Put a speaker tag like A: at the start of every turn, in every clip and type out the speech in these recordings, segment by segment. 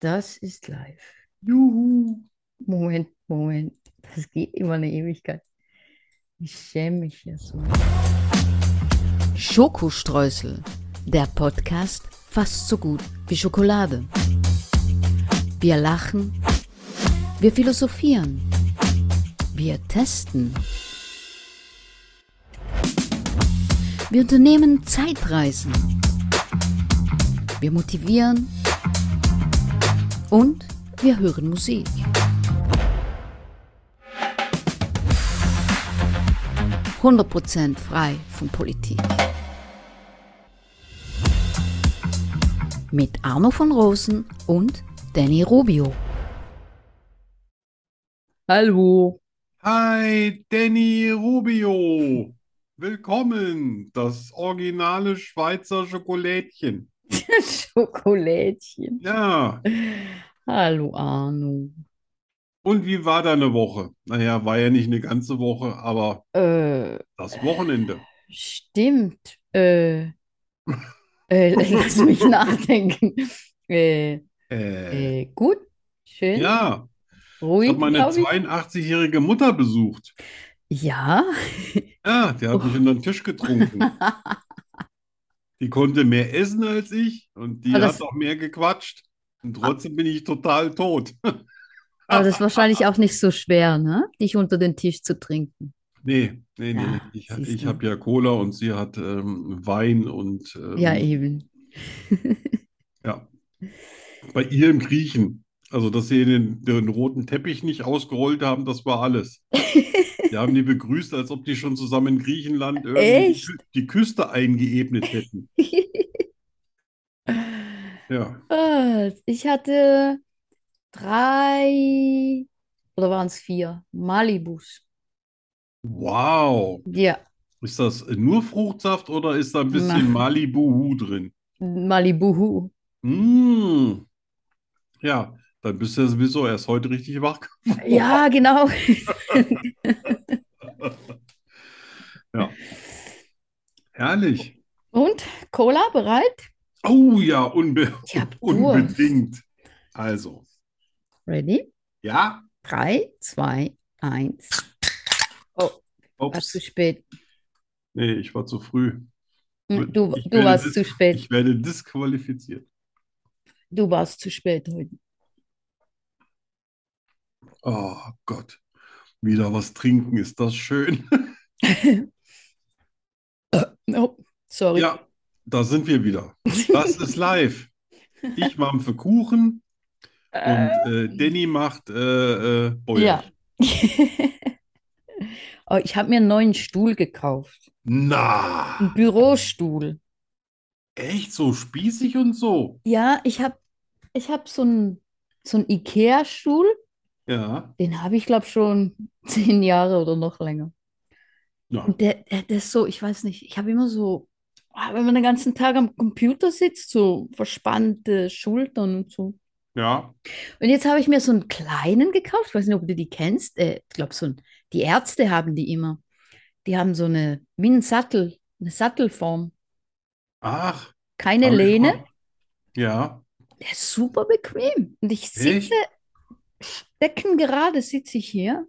A: Das ist live.
B: Juhu.
A: Moment, Moment. Das geht immer eine Ewigkeit. Ich schäme mich ja so.
C: Schokostreusel, der Podcast fast so gut wie Schokolade. Wir lachen, wir philosophieren, wir testen. Wir unternehmen Zeitreisen. Wir motivieren und wir hören Musik. Hundert Prozent frei von Politik. Mit Arno von Rosen und Danny Rubio.
A: Hallo.
B: Hi, Danny Rubio. Willkommen, das originale Schweizer Schokolädchen.
A: Schokolädchen.
B: Ja,
A: Hallo, Arno.
B: und wie war deine Woche? Naja, war ja nicht eine ganze Woche, aber
A: Äh,
B: das Wochenende.
A: stimmt. Äh, äh, lass mich nachdenken. Äh,
B: Äh,
A: äh, gut, schön,
B: ja, ich
A: ruhig,
B: habe meine
A: glaub ich.
B: 82-jährige Mutter besucht.
A: Ja,
B: Ja, die hat mich
A: Oh.
B: unter den Tisch getrunken. Die konnte mehr essen als ich und die
A: Aber
B: hat
A: das-
B: auch mehr gequatscht. Und trotzdem bin ich total tot.
A: aber das ist wahrscheinlich auch nicht so schwer, ne? Dich unter den Tisch zu trinken.
B: Nee, nee, nee.
A: Ja,
B: Ich,
A: siehst
B: ich
A: du.
B: habe ja Cola und sie hat ähm, Wein und
A: Ja,
B: ähm,
A: eben.
B: ja. Bei ihr im Kriechen. Also, dass sie den, den roten Teppich nicht ausgerollt haben, das war alles. Die haben die begrüßt, als ob die schon zusammen in Griechenland irgendwie die
A: Echt?
B: Kü- die Küste eingeebnet hätten. Ja.
A: Ah, Ich hatte drei oder waren es vier Malibus.
B: Wow.
A: Ja,
B: Ist das nur Fruchtsaft oder ist da ein bisschen
A: Na.
B: Malibu drin?
A: Malibu.
B: Mm. Ja, dann bist du ja sowieso erst heute richtig wach
A: Ja, genau.
B: Herrlich.
A: Und Cola bereit?
B: Oh ja, unbe
A: Ich hab Durst.
B: unbedingt. Also,
A: Ready?
B: ja,
A: Drei, zwei, eins. War
B: ups,
A: zu spät.
B: nee, ich war zu früh.
A: Hm, Du,
B: Ich
A: du
B: werde
A: warst
B: dis-
A: zu spät.
B: Ich werde disqualifiziert.
A: Du warst zu spät heute.
B: Oh Gott, wieder was trinken, ist das schön.
A: Oh, sorry.
B: Ja, da sind wir wieder. Das ist live. Ich mampfe Kuchen
A: Äh,
B: und äh, Danny macht äh, äh, Bäuerchen.
A: Ja. Oh, ich habe mir einen neuen Stuhl gekauft. Einen
B: Na,
A: Bürostuhl.
B: echt so spießig und so.
A: Ja, ich habe ich hab so einen so einen IKEA-Stuhl,
B: Ja,
A: den habe ich, glaube ich, schon zehn Jahre oder noch länger.
B: ja.
A: Und der, der, der ist so, ich weiß nicht, ich habe immer so, ah, wenn man den ganzen Tag am Computer sitzt, so verspannte Schultern und so.
B: Ja,
A: Und jetzt habe ich mir so einen kleinen gekauft, ich weiß nicht, ob du die kennst. Äh, ich glaube, so ein, die Ärzte haben die immer. Die haben so eine, wie ein Sattel, eine Sattelform.
B: ach,
A: Keine
B: hab ich
A: Lehne.
B: mal- Ja,
A: Der ist super bequem. Und ich sitze, deckengerade sitze ich hier.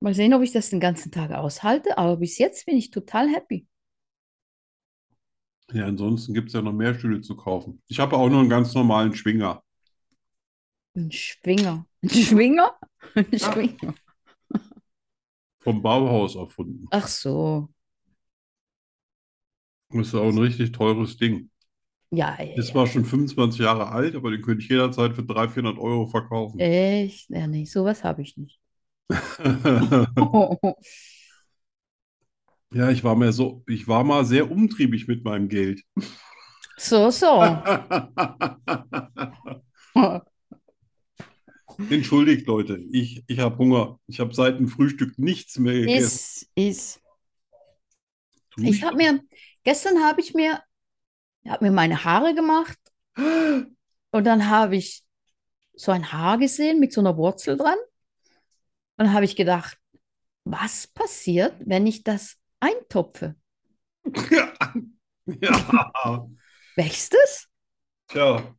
A: Mal sehen, ob ich das den ganzen Tag aushalte, aber bis jetzt bin ich total happy.
B: ja, ansonsten gibt es ja noch mehr Stühle zu kaufen. Ich habe auch noch einen ganz normalen Schwinger.
A: Ein Schwinger. Ein Schwinger? Ein
C: Ah.
B: Ja.
A: Schwinger.
B: Vom Bauhaus erfunden.
A: Ach so.
B: Das ist auch ein richtig teures Ding.
A: Ja, ey.
B: Ist zwar schon 25 Jahre alt, aber den könnte ich jederzeit für 300, 400 Euro verkaufen.
A: Echt? Ja, nee, sowas habe ich nicht.
B: Ja, ich war mir so, ich war mal sehr umtriebig mit meinem Geld.
A: So,
B: Ah,
A: so.
B: Entschuldigt, Leute, ich, ich habe Hunger. Ich habe seit dem Frühstück nichts mehr gegessen.
A: Ist, ist.
B: Tu
A: Ich habe mir, gestern habe ich mir, hab mir meine Haare gemacht und dann habe ich so ein Haar gesehen mit so einer Wurzel dran. Und dann habe ich gedacht, was passiert, wenn ich das eintopfe?
B: Ja,
A: Wächst es?
B: tja,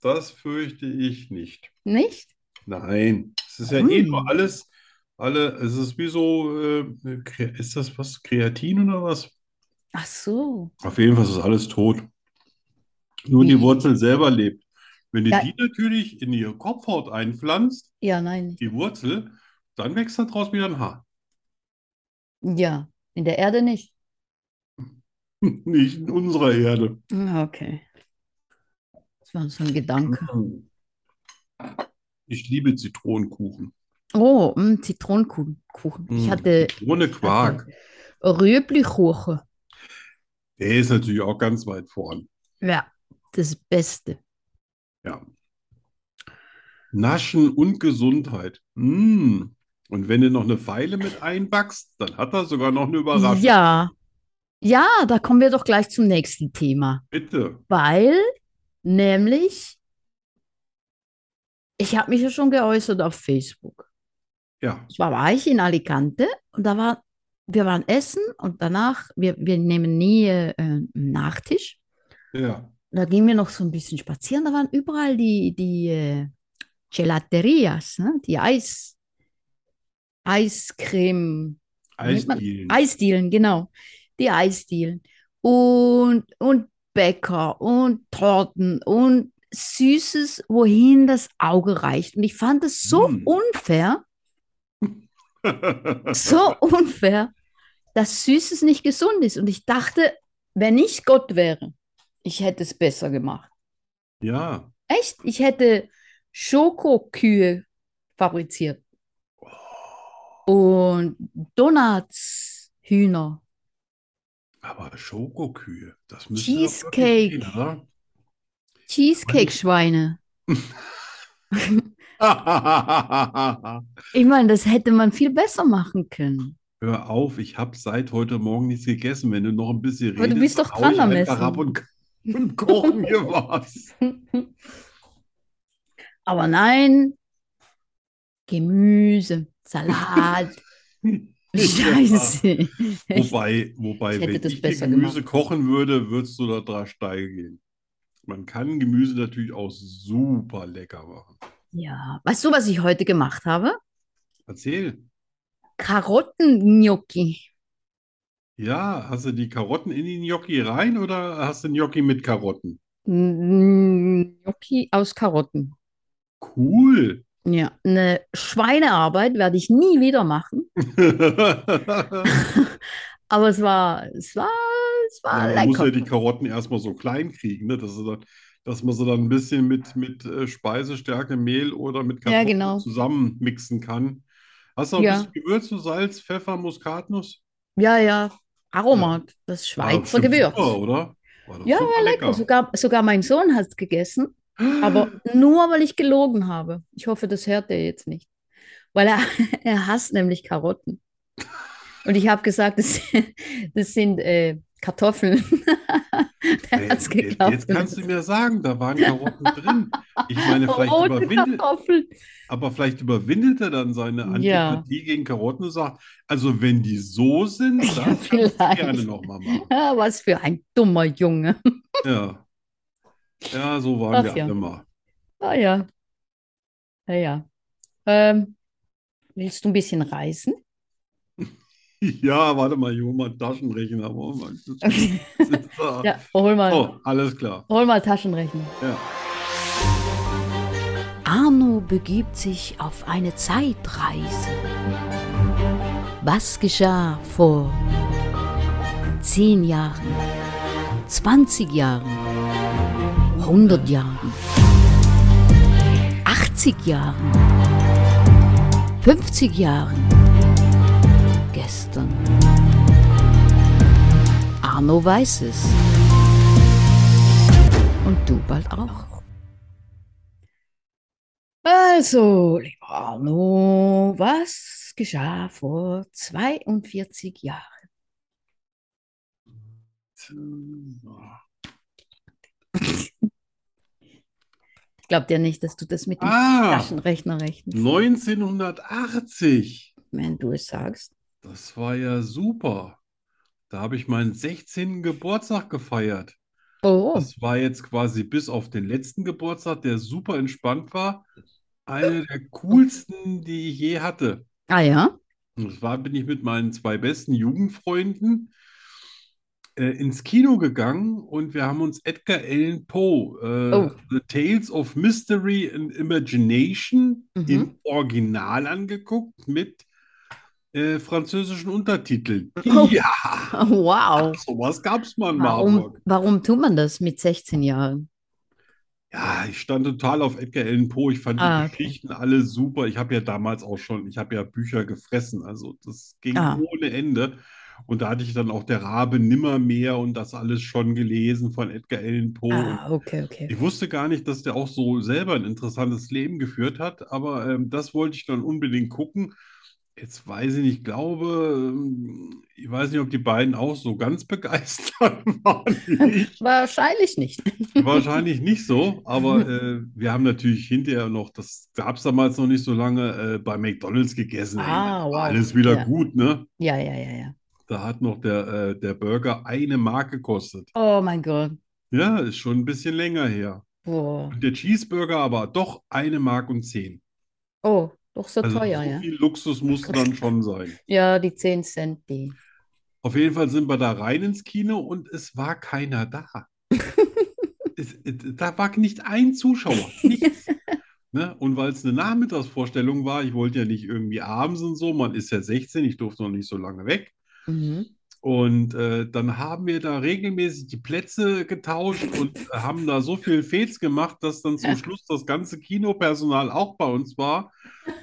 B: das fürchte ich nicht.
A: Nicht?
B: Nein, es ist ja eh
A: Hm.
B: nur alles, alle, es ist wie so, äh, Kre- ist das was, Kreatin oder was?
A: Ach so.
B: Auf jeden Fall ist alles tot. Nur die
A: Wie?
B: Wurzel selber lebt. Wenn du
A: Ja.
B: die natürlich in ihre Kopfhaut einpflanzt,
A: Ja, nein.
B: die Wurzel, dann wächst daraus wieder ein Haar.
A: Ja, in der Erde nicht.
B: Nicht in unserer Erde.
A: Ah, Okay. Das war so ein Gedanke.
B: Ich liebe Zitronenkuchen.
A: Oh, mm, Zitronenkuchen. Kuchen. Ich
B: Mm,
A: hatte
B: Zitrone Quark.
A: Rüblichkuchen.
B: Der ist natürlich auch ganz weit vorn.
A: Ja, das Beste.
B: Ja. Naschen und Gesundheit. Mm. Und wenn du noch eine Pfeile mit einbackst, dann hat er sogar noch eine Überraschung.
A: Ja. Ja, da kommen wir doch gleich zum nächsten Thema.
B: Bitte.
A: Weil, nämlich, ich habe mich ja schon geäußert auf Facebook.
B: Ja.
A: Zwar war ich in Alicante und da war, wir waren essen und danach, wir, wir nehmen nie äh, einen Nachtisch.
B: Ja.
A: Da gingen wir noch so ein bisschen spazieren. Da waren überall die, die äh, Gelaterias, ne? Die Eis, Eiscreme, Nennt man-
B: Eisdielen.
A: Eisdielen, genau. Die Eisdielen. Und, und Bäcker und Torten und Süßes, wohin das Auge reicht. Und ich fand es so
B: Mm.
A: unfair, so unfair, dass Süßes nicht gesund ist. Und ich dachte, wenn ich Gott wäre, ich hätte es besser gemacht.
B: Ja.
A: Echt? Ich hätte Schokokühe fabriziert. Und Donuts, Hühner.
B: Aber Schokokühe, das müssen wir doch wirklich
A: Cheesecake.
B: sehen, oder?
A: Cheesecake-Schweine.
B: Hör
A: Ich meine, das hätte man viel besser machen können.
B: auf, ich habe seit heute Morgen nichts gegessen. Wenn du noch ein bisschen
A: Aber du
B: redest,
A: bist doch
B: hau
A: dran
B: ich
A: am
B: einfach
A: Essen.
B: ab und, und koch mir was.
A: Aber nein, Gemüse, Salat, Scheiße. Echt?
B: Wobei, wobei,
A: Ich hätte
B: wenn
A: das
B: ich dir
A: besser
B: Gemüse kochen würde, würdest du da drei Steige gehen. Man kann Gemüse natürlich auch super lecker machen.
A: Ja, weißt du, was ich heute gemacht habe?
B: Erzähl.
A: Karotten-Gnocchi.
B: Ja, hast du die Karotten in die Gnocchi rein oder hast du Gnocchi mit Karotten?
A: Gnocchi aus Karotten.
B: Cool.
A: Ja, eine Schweinearbeit werde ich nie wieder machen,
B: Ja,
A: aber es war, es war, es war
B: man muss ja
A: lecker.
B: die Karotten erstmal so klein kriegen, ne? Dass, sie dann, dass man sie dann ein bisschen mit, mit äh, Speisestärke, Mehl oder mit
A: Ja,
B: Karotten
A: genau.
B: zusammenmixen kann. Hast du noch ein
A: Ja.
B: bisschen Gewürz, so Salz, Pfeffer, Muskatnuss?
A: Ja, ja, Aromat, das
B: War doch
A: Schweizer
B: Ah, bestimmt
A: Gewürz.
B: Super, oder? War doch
A: Ja,
B: super
A: war lecker. Sogar, sogar mein Sohn hat es gegessen, aber nur, weil ich gelogen habe. Ich hoffe, das hört er jetzt nicht, weil er, er hasst nämlich Karotten. Und ich habe gesagt, das, das sind äh, Kartoffeln. Er
B: Ey,
A: hat es
B: jetzt,
A: geglaubt.
B: jetzt kannst du mir sagen, da waren Karotten drin. Ich meine, vielleicht
A: Rote
B: überwindet,
A: Kartoffeln.
B: aber vielleicht überwindet er dann seine
A: Ja.
B: Antipathie gegen Karotten und sagt, also wenn die so sind,
A: Ja,
B: dann kannst du
A: vielleicht.
B: gerne nochmal machen.
A: Ah, Was für ein dummer Junge.
B: Ja. Ja, so waren
A: Ach
B: wir
A: ja.
B: alle mal.
A: Ah ja. Ah ja. Ähm, willst du ein bisschen reisen?
B: Ja, warte mal, hier hol mal einen Taschenrechner. Oh Mann, das ist da.
A: Ja, hol mal,
B: Oh, alles klar.
A: hol mal Taschenrechner.
C: Arno begibt sich auf eine Zeitreise. Was geschah vor 10 Jahren, 20 Jahren, 100 Jahren, 80 Jahren, 50 Jahren, gestern? Arno weiß es. Und du bald auch.
A: Also, lieber Arno, was geschah vor 42 Jahren? Glaubt ihr nicht, dass du das mit dem
B: Ah,
A: Taschenrechner rechnest?
B: 1980.
A: Wenn du es sagst.
B: Das war ja super. Da habe ich meinen 16. Geburtstag gefeiert.
A: Oh,
B: Das war jetzt quasi bis auf den letzten Geburtstag, der super entspannt war, eine der coolsten, die ich je hatte.
A: ah ja.
B: Und zwar bin ich mit meinen zwei besten Jugendfreunden äh, ins Kino gegangen und wir haben uns Edgar Allan Poe, äh,
A: Oh.
B: The Tales of Mystery and Imagination
A: Mhm.
B: im Original angeguckt mit äh, französischen Untertiteln.
A: Oh.
B: Ja,
A: Wow.
B: sowas gab's mal in Marburg.
A: Warum, warum tut man das mit 16 Jahren?
B: Ja, ich stand total auf Edgar Allan Poe. Ich fand die
A: Ah, okay.
B: Geschichten alle super. Ich habe ja damals auch schon, ich habe ja Bücher gefressen. Also das ging
A: Ah.
B: ohne Ende. Und da hatte ich dann auch der Rabe Nimmermehr und das alles schon gelesen von Edgar Allan Poe. Und
A: Ah, okay, okay.
B: ich wusste gar nicht, dass der auch so selber ein interessantes Leben geführt hat, aber ähm, das wollte ich dann unbedingt gucken. Jetzt weiß ich nicht, ich glaube, ähm, ich weiß nicht, ob die beiden auch so ganz begeistert waren wie ich.
A: Wahrscheinlich nicht.
B: Wahrscheinlich nicht so, aber äh, wir haben natürlich hinterher noch, das gab es damals noch nicht so lange, äh, bei McDonald's gegessen. Ey,
A: Ah,
B: war
A: wow.
B: alles wieder
A: Ja.
B: gut, ne?
A: Ja, ja, ja, ja.
B: Da hat noch der, äh, der Burger eine Mark gekostet.
A: Oh mein Gott.
B: Ja, ist schon ein bisschen länger her.
A: Boah.
B: Und der Cheeseburger aber doch eine Mark und zehn.
A: Oh, doch so
B: Also
A: teuer,
B: so
A: ja.
B: viel Luxus musste dann schon sein.
A: Ja, die 10 Cent, die.
B: Auf jeden Fall sind wir da rein ins Kino und es war keiner da. es, es, da war nicht ein Zuschauer, nichts. Ne? Und weil es eine Nachmittagsvorstellung war, ich wollte ja nicht irgendwie abends und so, man ist ja 16, ich durfte noch nicht so lange weg.
A: Mhm.
B: Und äh, dann haben wir da regelmäßig die Plätze getauscht und haben da so viel Fets gemacht, dass dann zum Schluss das ganze Kinopersonal auch bei uns war.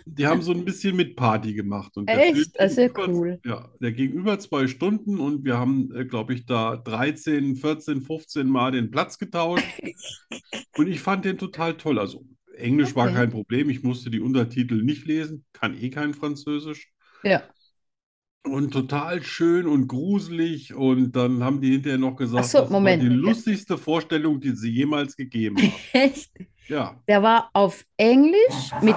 B: Die haben so ein bisschen mit Party gemacht. Und der Film
A: Echt? Das ist ja
B: ging über-
A: cool.
B: ja, der ging über zwei Stunden und wir haben, äh, glaube ich, da 13, 14, 15 Mal den Platz getauscht. Und ich fand den total toll. Also Englisch war
A: Okay.
B: kein Problem. Ich musste die Untertitel nicht lesen, kann eh kein Französisch.
A: Ja.
B: Und total schön und gruselig. Und dann haben die hinterher noch gesagt,
A: Ach so,
B: das war
A: Moment.
B: die lustigste Vorstellung, die sie jemals gegeben haben.
A: Echt?
B: Ja,
A: Der war auf Englisch mit.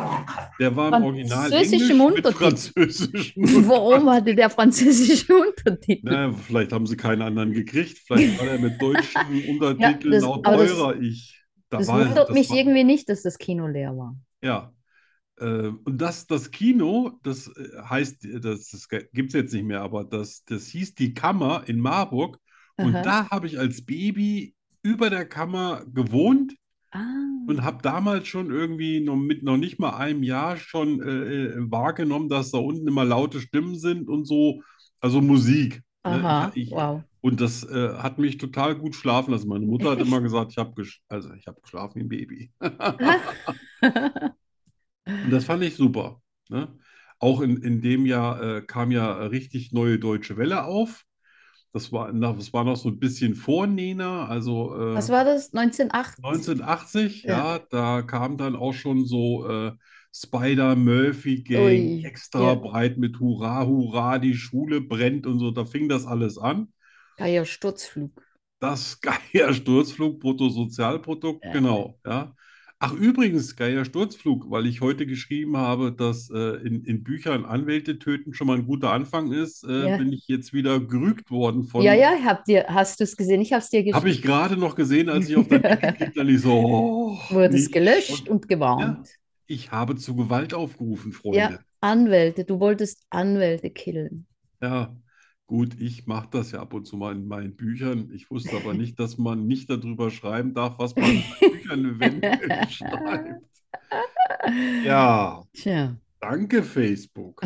B: der war im Original
A: Französischem
B: Englisch mit
A: Untertitel.
B: französischen
A: Warum hatte der französische Untertitel?
B: Na, Ne, vielleicht haben sie keinen anderen gekriegt. Vielleicht war der mit deutschen Untertiteln
A: das-
B: auch
A: aber das-
B: teurer. Ich, da
A: Das
B: war,
A: wundert
B: das
A: mich
B: war,
A: irgendwie nicht, dass das Kino leer war.
B: ja. Äh, Und das, das Kino, das äh, heißt, das, das gibt es jetzt nicht mehr, aber das, das hieß die Kammer in Marburg. Und
A: Aha.
B: da habe ich als Baby über der Kammer gewohnt
A: Ah,
B: und habe damals schon irgendwie noch mit noch nicht mal einem Jahr schon äh, äh, wahrgenommen, dass da unten immer laute Stimmen sind und so, also Musik. ne?
A: aha,
B: Ich, ich,
A: wow.
B: und das äh, hat mich total gut schlafen lassen. Meine Mutter hat immer gesagt, ich habe gesch also ich habe geschlafen wie ein Baby. Und das fand ich super. Ne? Auch in, in dem Jahr äh, kam ja richtig neue Deutsche Welle auf. Das war, na, das war noch so ein bisschen vor Nena, also äh,
A: Was war das? 1980?
B: 1980,
A: Ja.
B: ja, da kam dann auch schon so äh, Spider Murphy Gang,
A: Ui,
B: extra
A: ja.
B: breit mit Hurra, Hurra, die Schule brennt und so, da fing das alles an.
A: Geier Sturzflug.
B: Das Geier Sturzflug, Bruttosozialprodukt,
A: Ja.
B: genau, ja. Ach, übrigens, Geier Sturzflug, weil ich heute geschrieben habe, dass äh, in, in Büchern Anwälte töten schon mal ein guter Anfang ist, äh,
A: Ja.
B: bin ich jetzt wieder gerügt worden von.
A: Ja, ja, habt ihr, hast du es gesehen? Ich habe es dir
B: Habe
A: geschickt.
B: ich gerade noch gesehen, als ich auf dein Bild geklickt habe, ich so, oh,
A: Wurde es
B: nicht
A: gelöscht
B: schon.
A: und gewarnt.
B: Ich habe zu Gewalt aufgerufen,
A: Ja,
B: Freunde.
A: Anwälte, du wolltest Anwälte killen.
B: Ja, gut, ich mache das ja ab und zu mal in meinen Büchern. Ich wusste aber nicht, dass man nicht darüber schreiben darf, was man in seinen Büchern eventuell schreibt. Ja,
A: Tja.
B: danke, Facebook.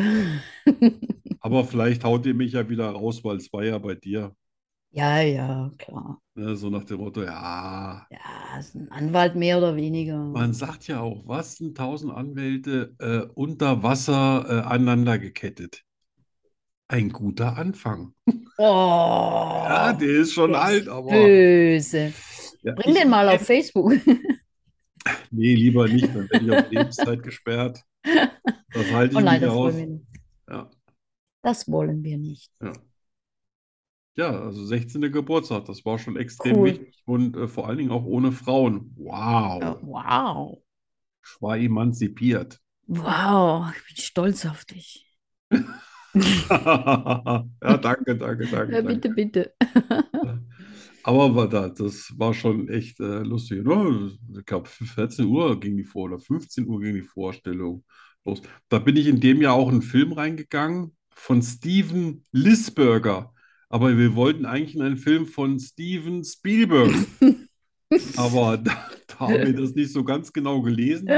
B: Aber vielleicht haut ihr mich ja wieder raus, weil es war ja bei dir.
A: Ja, ja, klar.
B: Ne, so nach dem Motto, ja,
A: Ja, ist ein Anwalt mehr oder weniger.
B: man sagt ja auch, was sind tausend Anwälte äh, unter Wasser äh, aneinander gekettet? Ein guter Anfang.
A: Oh,
B: Ja, der ist schon
A: der ist
B: alt, aber
A: böse.
B: ja,
A: Bring
B: ich-
A: den mal auf Facebook.
B: Nee, lieber nicht, dann werde ich auf Lebenszeit gesperrt. Das halte
A: Oh
B: ich
A: nein,
B: nicht
A: das
B: aus.
A: wollen wir nicht.
B: Ja,
A: Das wollen wir nicht.
B: ja, also 16. Geburtstag, das war schon extrem
A: Cool.
B: wichtig und äh, vor allen Dingen auch ohne Frauen. Wow,
A: Wow.
B: ich war emanzipiert.
A: Wow, ich bin stolz auf dich.
B: Ja, danke, danke, danke,
A: Ja,
B: danke.
A: bitte, bitte.
B: Aber war da, das war schon echt äh, lustig. Ne? Ich glaube, 14 Uhr ging die Vor- oder 15 Uhr ging die Vorstellung los. Da bin ich in dem Jahr auch in einen Film reingegangen von Steven Lisberger. Aber wir wollten eigentlich in einen Film von Steven Spielberg. Aber da, da haben wir das nicht so ganz genau gelesen.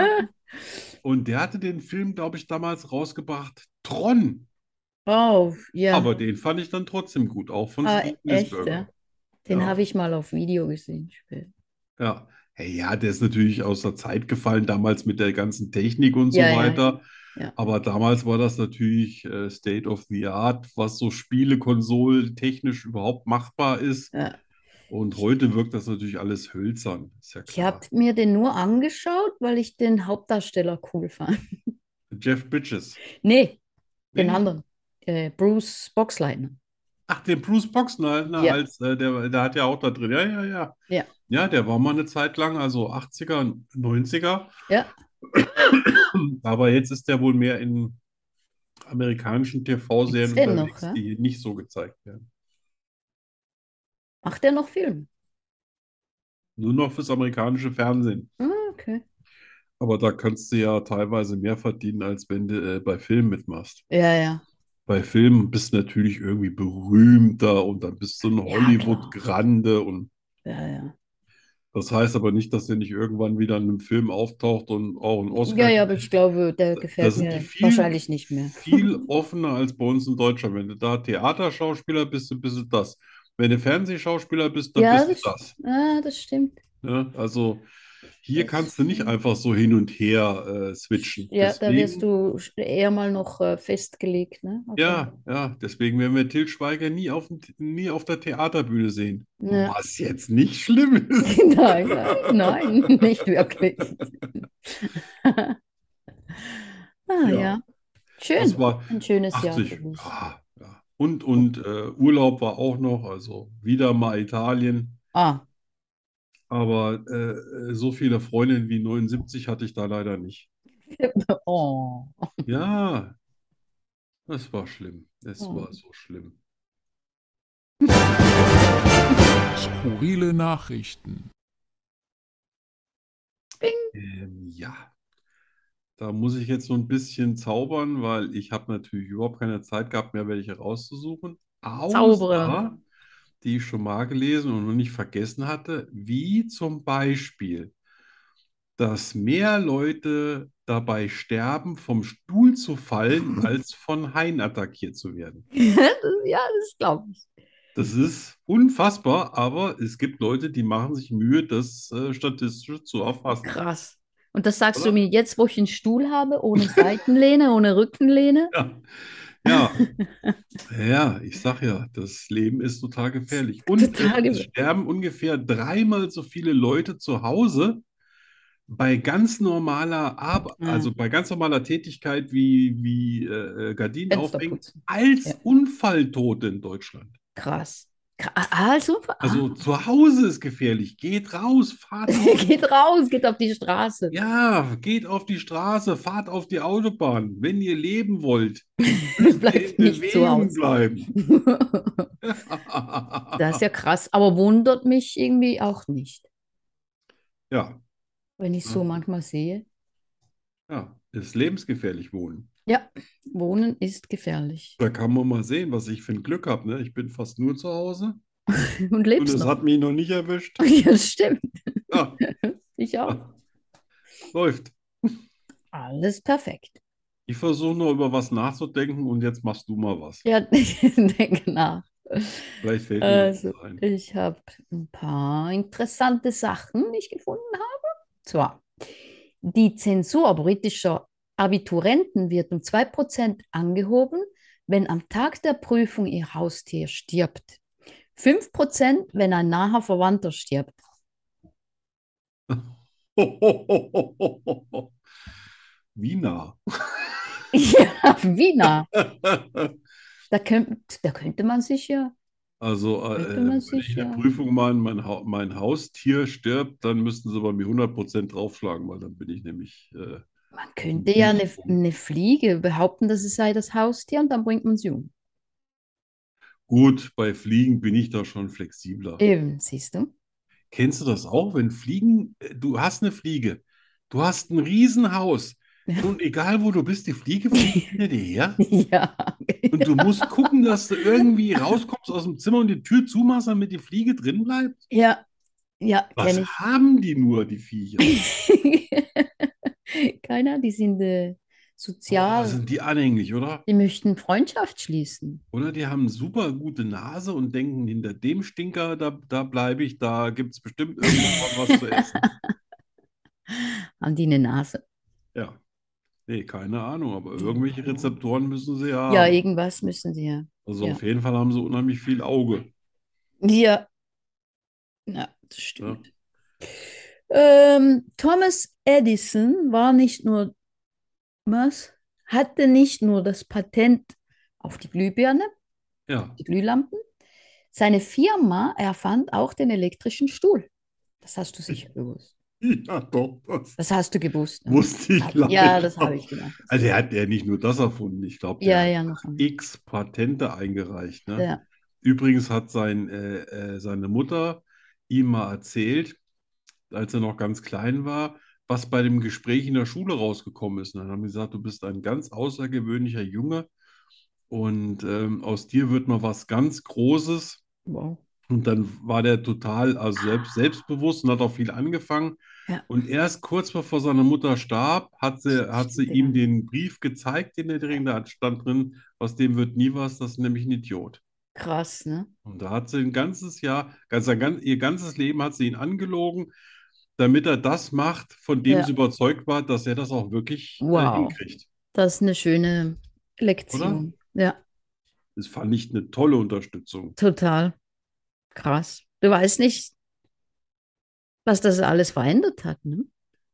B: Und der hatte den Film, glaube ich, damals rausgebracht, Tron.
A: Oh, ja.
B: Aber den fand ich dann trotzdem gut, auch von
A: Ah,
B: Steven
A: echt,
B: Lisberger.
A: ja. Den
B: Ja.
A: habe ich mal auf Video gesehen. Spiel.
B: Ja. Hey, ja, der ist natürlich aus der Zeit gefallen, damals mit der ganzen Technik und so
A: Ja, ja.
B: weiter.
A: Ja.
B: Aber damals war das natürlich äh, State of the Art, was so Spielekonsolen technisch überhaupt machbar ist.
A: Ja.
B: Und heute wirkt das natürlich alles hölzern, ist ja
A: Ich
B: klar.
A: habe mir den nur angeschaut, weil ich den Hauptdarsteller cool fand.
B: Jeff Bridges.
A: Nee, den
B: Nee.
A: anderen. Äh, Bruce Boxleitner.
B: Ach, den Bruce Boxleitner
A: Ja.
B: als, äh, der, der hat ja auch da drin. Ja, ja, ja.
A: Ja.
B: Ja, der war mal eine Zeit lang, also 80er, 90er.
A: Ja.
B: Aber jetzt ist der wohl mehr in amerikanischen
A: Gibt's
B: TV-Serien
A: den noch,
B: unterwegs,
A: ja?
B: die hier nicht so gezeigt werden.
A: Macht der noch Film?
B: Nur noch fürs amerikanische Fernsehen.
A: Ah, okay.
B: Aber da kannst du ja teilweise mehr verdienen, als wenn du äh, bei Filmen mitmachst.
A: Ja, ja.
B: Bei Filmen bist du natürlich irgendwie berühmter und dann bist du ein
A: Ja,
B: Hollywood-Grande und.
A: Ja, ja.
B: Das heißt aber nicht, dass er nicht irgendwann wieder in einem Film auftaucht und auch einen Oscar
A: Ja, ja, aber
B: kriegt.
A: ich glaube, der
B: Da
A: gefällt
B: sind
A: mir
B: die viel-
A: wahrscheinlich nicht mehr.
B: Viel offener als bei uns in Deutschland. Wenn du da Theaterschauspieler bist, dann bist du das. Wenn du Fernsehschauspieler bist, dann
A: Ja,
B: bist du das.
A: Ah, das stimmt.
B: Ne? Also hier
A: Das
B: kannst du nicht
A: stimmt.
B: einfach so hin und her äh, switchen.
A: Ja, da wirst
B: Deswegen,
A: du eher mal noch äh, festgelegt, ne? Also,
B: ja, ja, deswegen werden wir Til Schweiger nie auf, dem- nie auf der Theaterbühne sehen.
A: Ja.
B: Was jetzt nicht schlimm ist.
A: ne? Nein, nein, nein, nicht wirklich. Ah,
B: Ja.
A: ja.
B: Das
A: Schön.
B: war,
A: Ein schönes Jahr
B: 80,
A: für mich.
B: ja, ja. Und, und äh, Urlaub war auch noch, also wieder mal Italien.
A: Ah,
B: Aber äh, so viele Freundinnen wie 79 hatte ich da leider nicht.
A: oh.
B: Ja, das war schlimm. Es
A: Oh.
B: war so schlimm.
D: Skurrile Nachrichten.
B: Ähm, ja, da muss ich jetzt so ein bisschen zaubern, weil ich habe natürlich überhaupt keine Zeit gehabt, mehr welche rauszusuchen.
A: Zaubere.
B: Außer die ich schon mal gelesen und noch nicht vergessen hatte, wie zum Beispiel, dass mehr Leute dabei sterben, vom Stuhl zu fallen, als von Haien attackiert zu werden.
A: Ja, das glaube ich.
B: Das ist unfassbar, aber es gibt Leute, die machen sich Mühe, das äh, statistisch zu erfassen.
A: Krass. Und das sagst du
B: ne? Oder?
A: mir jetzt, wo ich einen Stuhl habe, ohne Seitenlehne, ohne Rückenlehne?
B: Ja, ja, ja, ich sag ja, das Leben ist total gefährlich. Und es
A: Total
B: es
A: gefährlich.
B: sterben ungefähr dreimal so viele Leute zu Hause bei ganz normaler Arbeit,
A: Ah.
B: also bei ganz normaler Tätigkeit wie, wie äh, äh, Gardinen
A: Fenster
B: aufhängen,
A: putzen.
B: als
A: Ja.
B: Unfalltote in Deutschland.
A: Krass. Kra- Ah, super. Ah,
B: Also zu Hause ist gefährlich. Geht raus, fahrt raus.
A: geht raus, geht auf die Straße.
B: Ja, geht auf die Straße, fahrt auf die Autobahn. Wenn ihr leben wollt,
A: Bleibt
B: in
A: nicht zu
B: Bewegung
A: Hause.
B: bleiben.
A: Das ist ja krass, aber wundert mich irgendwie auch nicht,
B: Ja,
A: wenn ich
B: Mhm.
A: so manchmal sehe.
B: ja, ist lebensgefährlich wohnen.
A: Wohnen ist gefährlich.
B: Da kann man mal sehen, was ich für ein Glück habe. Ne? Ich bin fast nur zu Hause
A: Und
B: und
A: lebst
B: es
A: noch.
B: hat mich noch nicht erwischt.
A: Ja, das stimmt.
B: Ja,
A: Ich auch.
B: läuft.
A: Alles perfekt.
B: Ich versuche nur über was nachzudenken und jetzt machst du mal was.
A: Ja, denke nach.
B: Vielleicht fällt mir noch
A: Also,
B: was ein.
A: ich habe ein paar interessante Sachen, die ich gefunden habe. Zwar, die Zensur britischer Abiturenten wird um 2% angehoben, wenn am Tag der Prüfung ihr Haustier stirbt. 5%, wenn ein naher Verwandter stirbt.
B: Wiener.
A: Ja, Wiener. Da könnt, da könnte man sich ja.
B: Also, äh,
A: Könnte man
B: wenn
A: sich
B: ich in der
A: ja-
B: Prüfung mal mein, Hau- mein Haustier stirbt, dann müssten sie bei mir 100% draufschlagen, weil dann bin ich nämlich äh,
A: Man könnte ja eine,
B: Nicht um.
A: eine Fliege behaupten, dass es sei das Haustier und dann bringt man sie um.
B: Gut, bei Fliegen bin ich da schon flexibler.
A: Eben, siehst du?
B: Kennst du das auch, wenn Fliegen, äh, du hast eine Fliege, du hast ein Riesenhaus
A: Ja.
B: und egal wo du bist, die Fliege fliegt hinter dir her
A: Ja.
B: und du musst gucken, dass du irgendwie rauskommst aus dem Zimmer und die Tür zumachst, damit die Fliege drin bleibt.
A: Ja, ja,
B: Was
A: kenne
B: haben die nur, die Viecher?
A: ich. Keiner, die sind äh,
B: Boah,
A: sozial,
B: sind die anhänglich, oder?
A: die möchten Freundschaft schließen.
B: Oder die haben super gute Nase und denken, hinter dem Stinker, da, da bleibe ich, da gibt es bestimmt irgendwann was zu essen.
A: Haben die eine Nase?
B: Ja. Nee, keine Ahnung, aber irgendwelche Rezeptoren müssen sie ja
A: Ja,
B: haben.
A: irgendwas müssen sie ja.
B: Also
A: ja.
B: auf jeden Fall haben sie unheimlich viel Auge.
A: Ja. Ja, das stimmt. Ähm, Thomas Edison war nicht nur, was? Hatte nicht nur das Patent auf die Glühbirne,
B: Ja,
A: die Glühlampen. Seine Firma erfand auch den elektrischen Stuhl. Das hast du sicher gewusst.
B: ja doch, das
A: Das hast du gewusst, ne?
B: wusste ich
A: Ja,
B: lange
A: das
B: schon.
A: habe ich gedacht.
B: Also er hat ja nicht nur das erfunden, ich glaube,
A: Ja,
B: der
A: ja,
B: hat
A: noch andere.
B: x Patente eingereicht, ne?
A: Ja.
B: Übrigens hat sein, äh, äh, seine Mutter ihm mal erzählt, als er noch ganz klein war, was bei dem Gespräch in der Schule rausgekommen ist. Und dann haben sie gesagt, du bist ein ganz außergewöhnlicher Junge und ähm, aus dir wird mal was ganz Großes.
A: Wow.
B: Und dann war der total also selbst, selbstbewusst und hat auch viel angefangen.
A: Ja.
B: Und erst kurz bevor seine Mutter starb, hat sie, hat sie
A: Stimmt,
B: ihm
A: ja.
B: den Brief gezeigt, den er drin, da stand drin, aus dem wird nie was, das ist nämlich ein Idiot.
A: Krass, ne?
B: Und da hat sie ein ganzes Jahr, ganz, sein gan- ihr ganzes Leben hat sie ihn angelogen, damit er das macht, von dem
A: Ja.
B: sie überzeugt war, dass er das auch wirklich äh,
A: Wow.
B: hinkriegt.
A: Das ist eine schöne Lektion. Ja,
B: Das fand ich eine tolle Unterstützung.
A: total. Krass. Du weißt nicht, was das alles verändert hat, ne?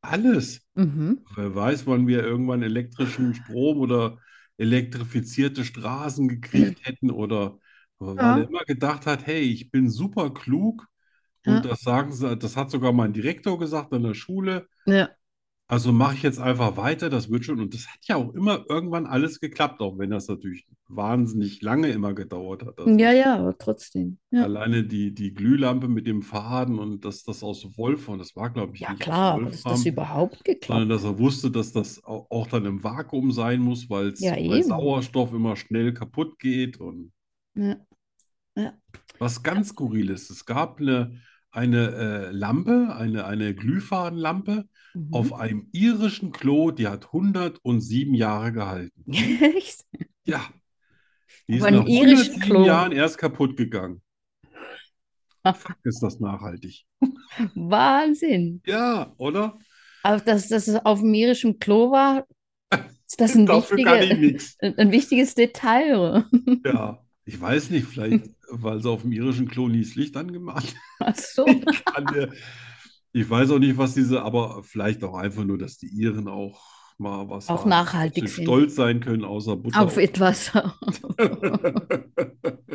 B: Alles.
A: Mhm.
B: Wer weiß, wann wir irgendwann elektrischen Strom oder elektrifizierte Straßen gekriegt hätten oder weil
A: Ja.
B: er immer gedacht hat, hey, ich bin super klug. Und
A: Ja.
B: das sagen sie, das hat sogar mein Direktor gesagt an der Schule.
A: Ja,
B: Also mache ich jetzt einfach weiter, das wird schon. Und das hat ja auch immer irgendwann alles geklappt, auch wenn das natürlich wahnsinnig lange immer gedauert hat. Also
A: ja, ja, aber trotzdem. Ja,
B: alleine die, die Glühlampe mit dem Faden und dass das aus Wolfram, das war, glaube ich,
A: ja
B: nicht
A: klar,
B: aus
A: aber dass das
B: Wolfram,
A: überhaupt geklappt
B: sondern Ne, dass er wusste, dass das auch, auch dann im Vakuum sein muss, weil's,
A: Ja,
B: weil
A: eben.
B: Sauerstoff immer schnell kaputt geht. Und
A: Ja.
B: was ganz skurril ist, es gab eine, eine äh, Lampe, eine, eine Glühfadenlampe
A: Mhm.
B: auf einem irischen Klo, die hat 107 Jahre gehalten.
A: Mhm. Echt?
B: Ja. Die ist
A: Auf einem
B: nach
A: irischen
B: 107
A: Klo.
B: Jahren erst kaputt gegangen. Fuck, ist das nachhaltig.
A: Wahnsinn.
B: Ja, oder?
A: Aber dass, dass es auf dem irischen Klo war, ist das ein
B: Dafür kann ich
A: wichtiger,
B: nichts.
A: ein ein wichtiges Detail.
B: Ja, ich weiß nicht, vielleicht, weil sie auf dem irischen Klo nie das Licht angemacht
A: Ach so.
B: haben. Der- Ich weiß auch nicht, was diese, aber vielleicht auch einfach nur, dass die Iren auch mal was
A: Auch
B: haben,
A: nachhaltig
B: dass sie
A: sind.
B: stolz sein können, außer Butter.
A: Auf etwas.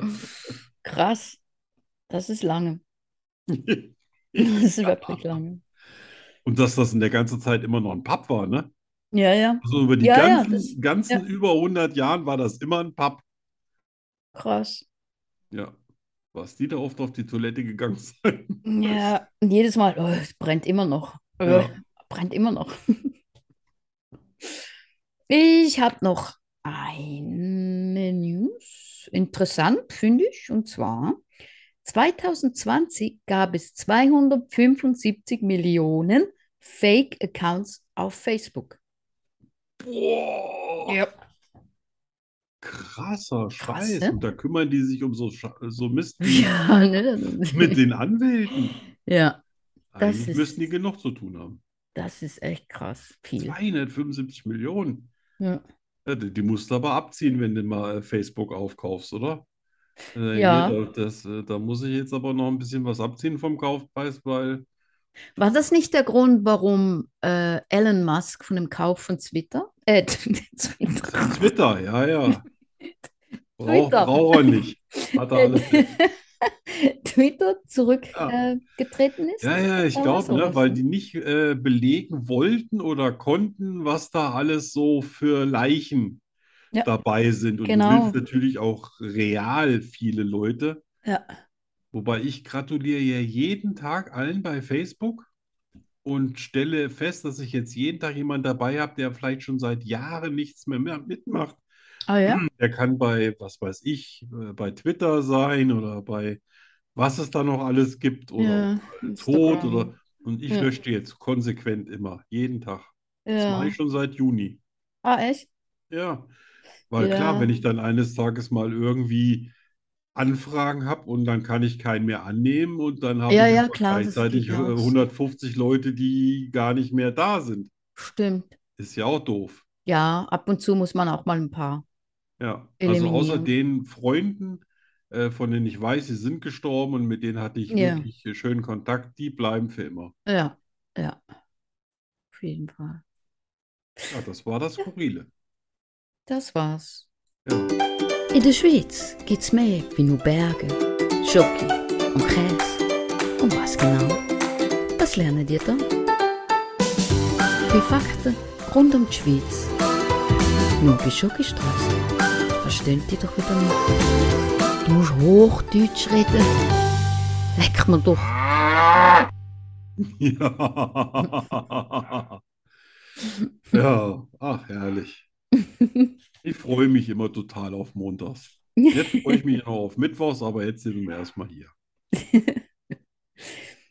A: Krass. Das ist lange. Das ist wirklich lange.
B: Und dass das in der ganzen Zeit immer noch ein Papp war, ne?
A: Ja, ja,
B: Also über die
A: Ja, ja,
B: ganzen,
A: das-
B: ganzen über 100 Jahren war das immer ein Papp.
A: krass.
B: Ja. Was die da oft auf die Toilette gegangen sind.
A: Ja, und jedes Mal, oh, es brennt immer noch. Äh,
B: Ja.
A: brennt immer noch. Ich habe noch eine News. Interessant, finde ich. Und zwar, 2020 gab es 275 Millionen Fake-Accounts auf Facebook.
B: Boah.
A: Ja.
B: Krasser
A: Krass,
B: Scheiß.
A: ne?
B: Und da kümmern die sich um so, Scha- so Mist wie
A: Ja, ne?
B: mit den Anwälten.
A: Ja, Das
B: Eigentlich
A: ist-
B: müssten die genug zu tun haben.
A: das ist echt krass. Viel.
B: 275 Millionen.
A: Ja.
B: Ja, die, die musst du aber abziehen, wenn du mal äh, Facebook aufkaufst, oder? Äh,
A: Ja.
B: hier, da, das, äh, da muss ich jetzt aber noch ein bisschen was abziehen vom Kaufpreis, weil
A: War das nicht der Grund, warum äh, Elon Musk von dem Kauf von Twitter? Äh, Twitter.
B: Twitter, ja, ja. Brauch,
A: Twitter.
B: braucht er nicht. Hat er alles nicht.
A: Twitter
B: Ja.
A: zurückgetreten ist?
B: Ja, ja, ich
A: Da war
B: glaube, ne,
A: sowas,
B: weil
A: ne?
B: die nicht äh, belegen wollten oder konnten, was da alles so für Leichen
A: Ja.
B: dabei sind. Und
A: Genau.
B: du willst natürlich auch real viele Leute.
A: Ja.
B: Wobei ich gratuliere ja jeden Tag allen bei Facebook und stelle fest, dass ich jetzt jeden Tag jemanden dabei habe, der vielleicht schon seit Jahren nichts mehr mehr mitmacht.
A: Ah ja.
B: Der kann bei, was weiß ich, äh, bei Twitter sein oder bei was es da noch alles gibt oder
A: ja.
B: tot
A: Instagram.
B: oder. Und ich
A: Ja.
B: lösche die jetzt konsequent immer, jeden Tag. Das
A: Ja.
B: mache ich schon seit Juni.
A: Ah, echt?
B: Ja, weil
A: Ja.
B: klar, wenn ich dann eines Tages mal irgendwie Anfragen habe und dann kann ich keinen mehr annehmen und dann habe
A: Ja,
B: ich
A: ja,
B: aber
A: klar, das
B: gleichzeitig
A: geht
B: äh,
A: raus.
B: 150 Leute, die gar nicht mehr da sind.
A: Stimmt.
B: Ist ja auch doof.
A: Ja, ab und zu muss man auch mal ein paar.
B: Ja, also außer
A: Eliminieren.
B: den Freunden, äh, von denen ich weiß, sie sind gestorben und mit denen hatte ich
A: Ja.
B: wirklich äh, schönen Kontakt, die bleiben für immer.
A: Ja, ja. Auf jeden Fall.
B: Ja, das war das Skurrile.
A: Das war's.
B: Ja.
C: In der Schweiz gibt's mehr wie nur Berge, Schoki und Käse. Und was genau? Das lernen ihr dann. Die Fakten rund um die Schweiz. Nur bei Schokistraße. Versteht ihr doch wieder nicht. Du musst Hochdeutsch reden. Leck mir doch.
B: Ja. Ja, ach, herrlich. Ich freue mich immer total auf Montags. Jetzt freue ich mich noch auf Mittwochs, aber jetzt sind wir erstmal hier.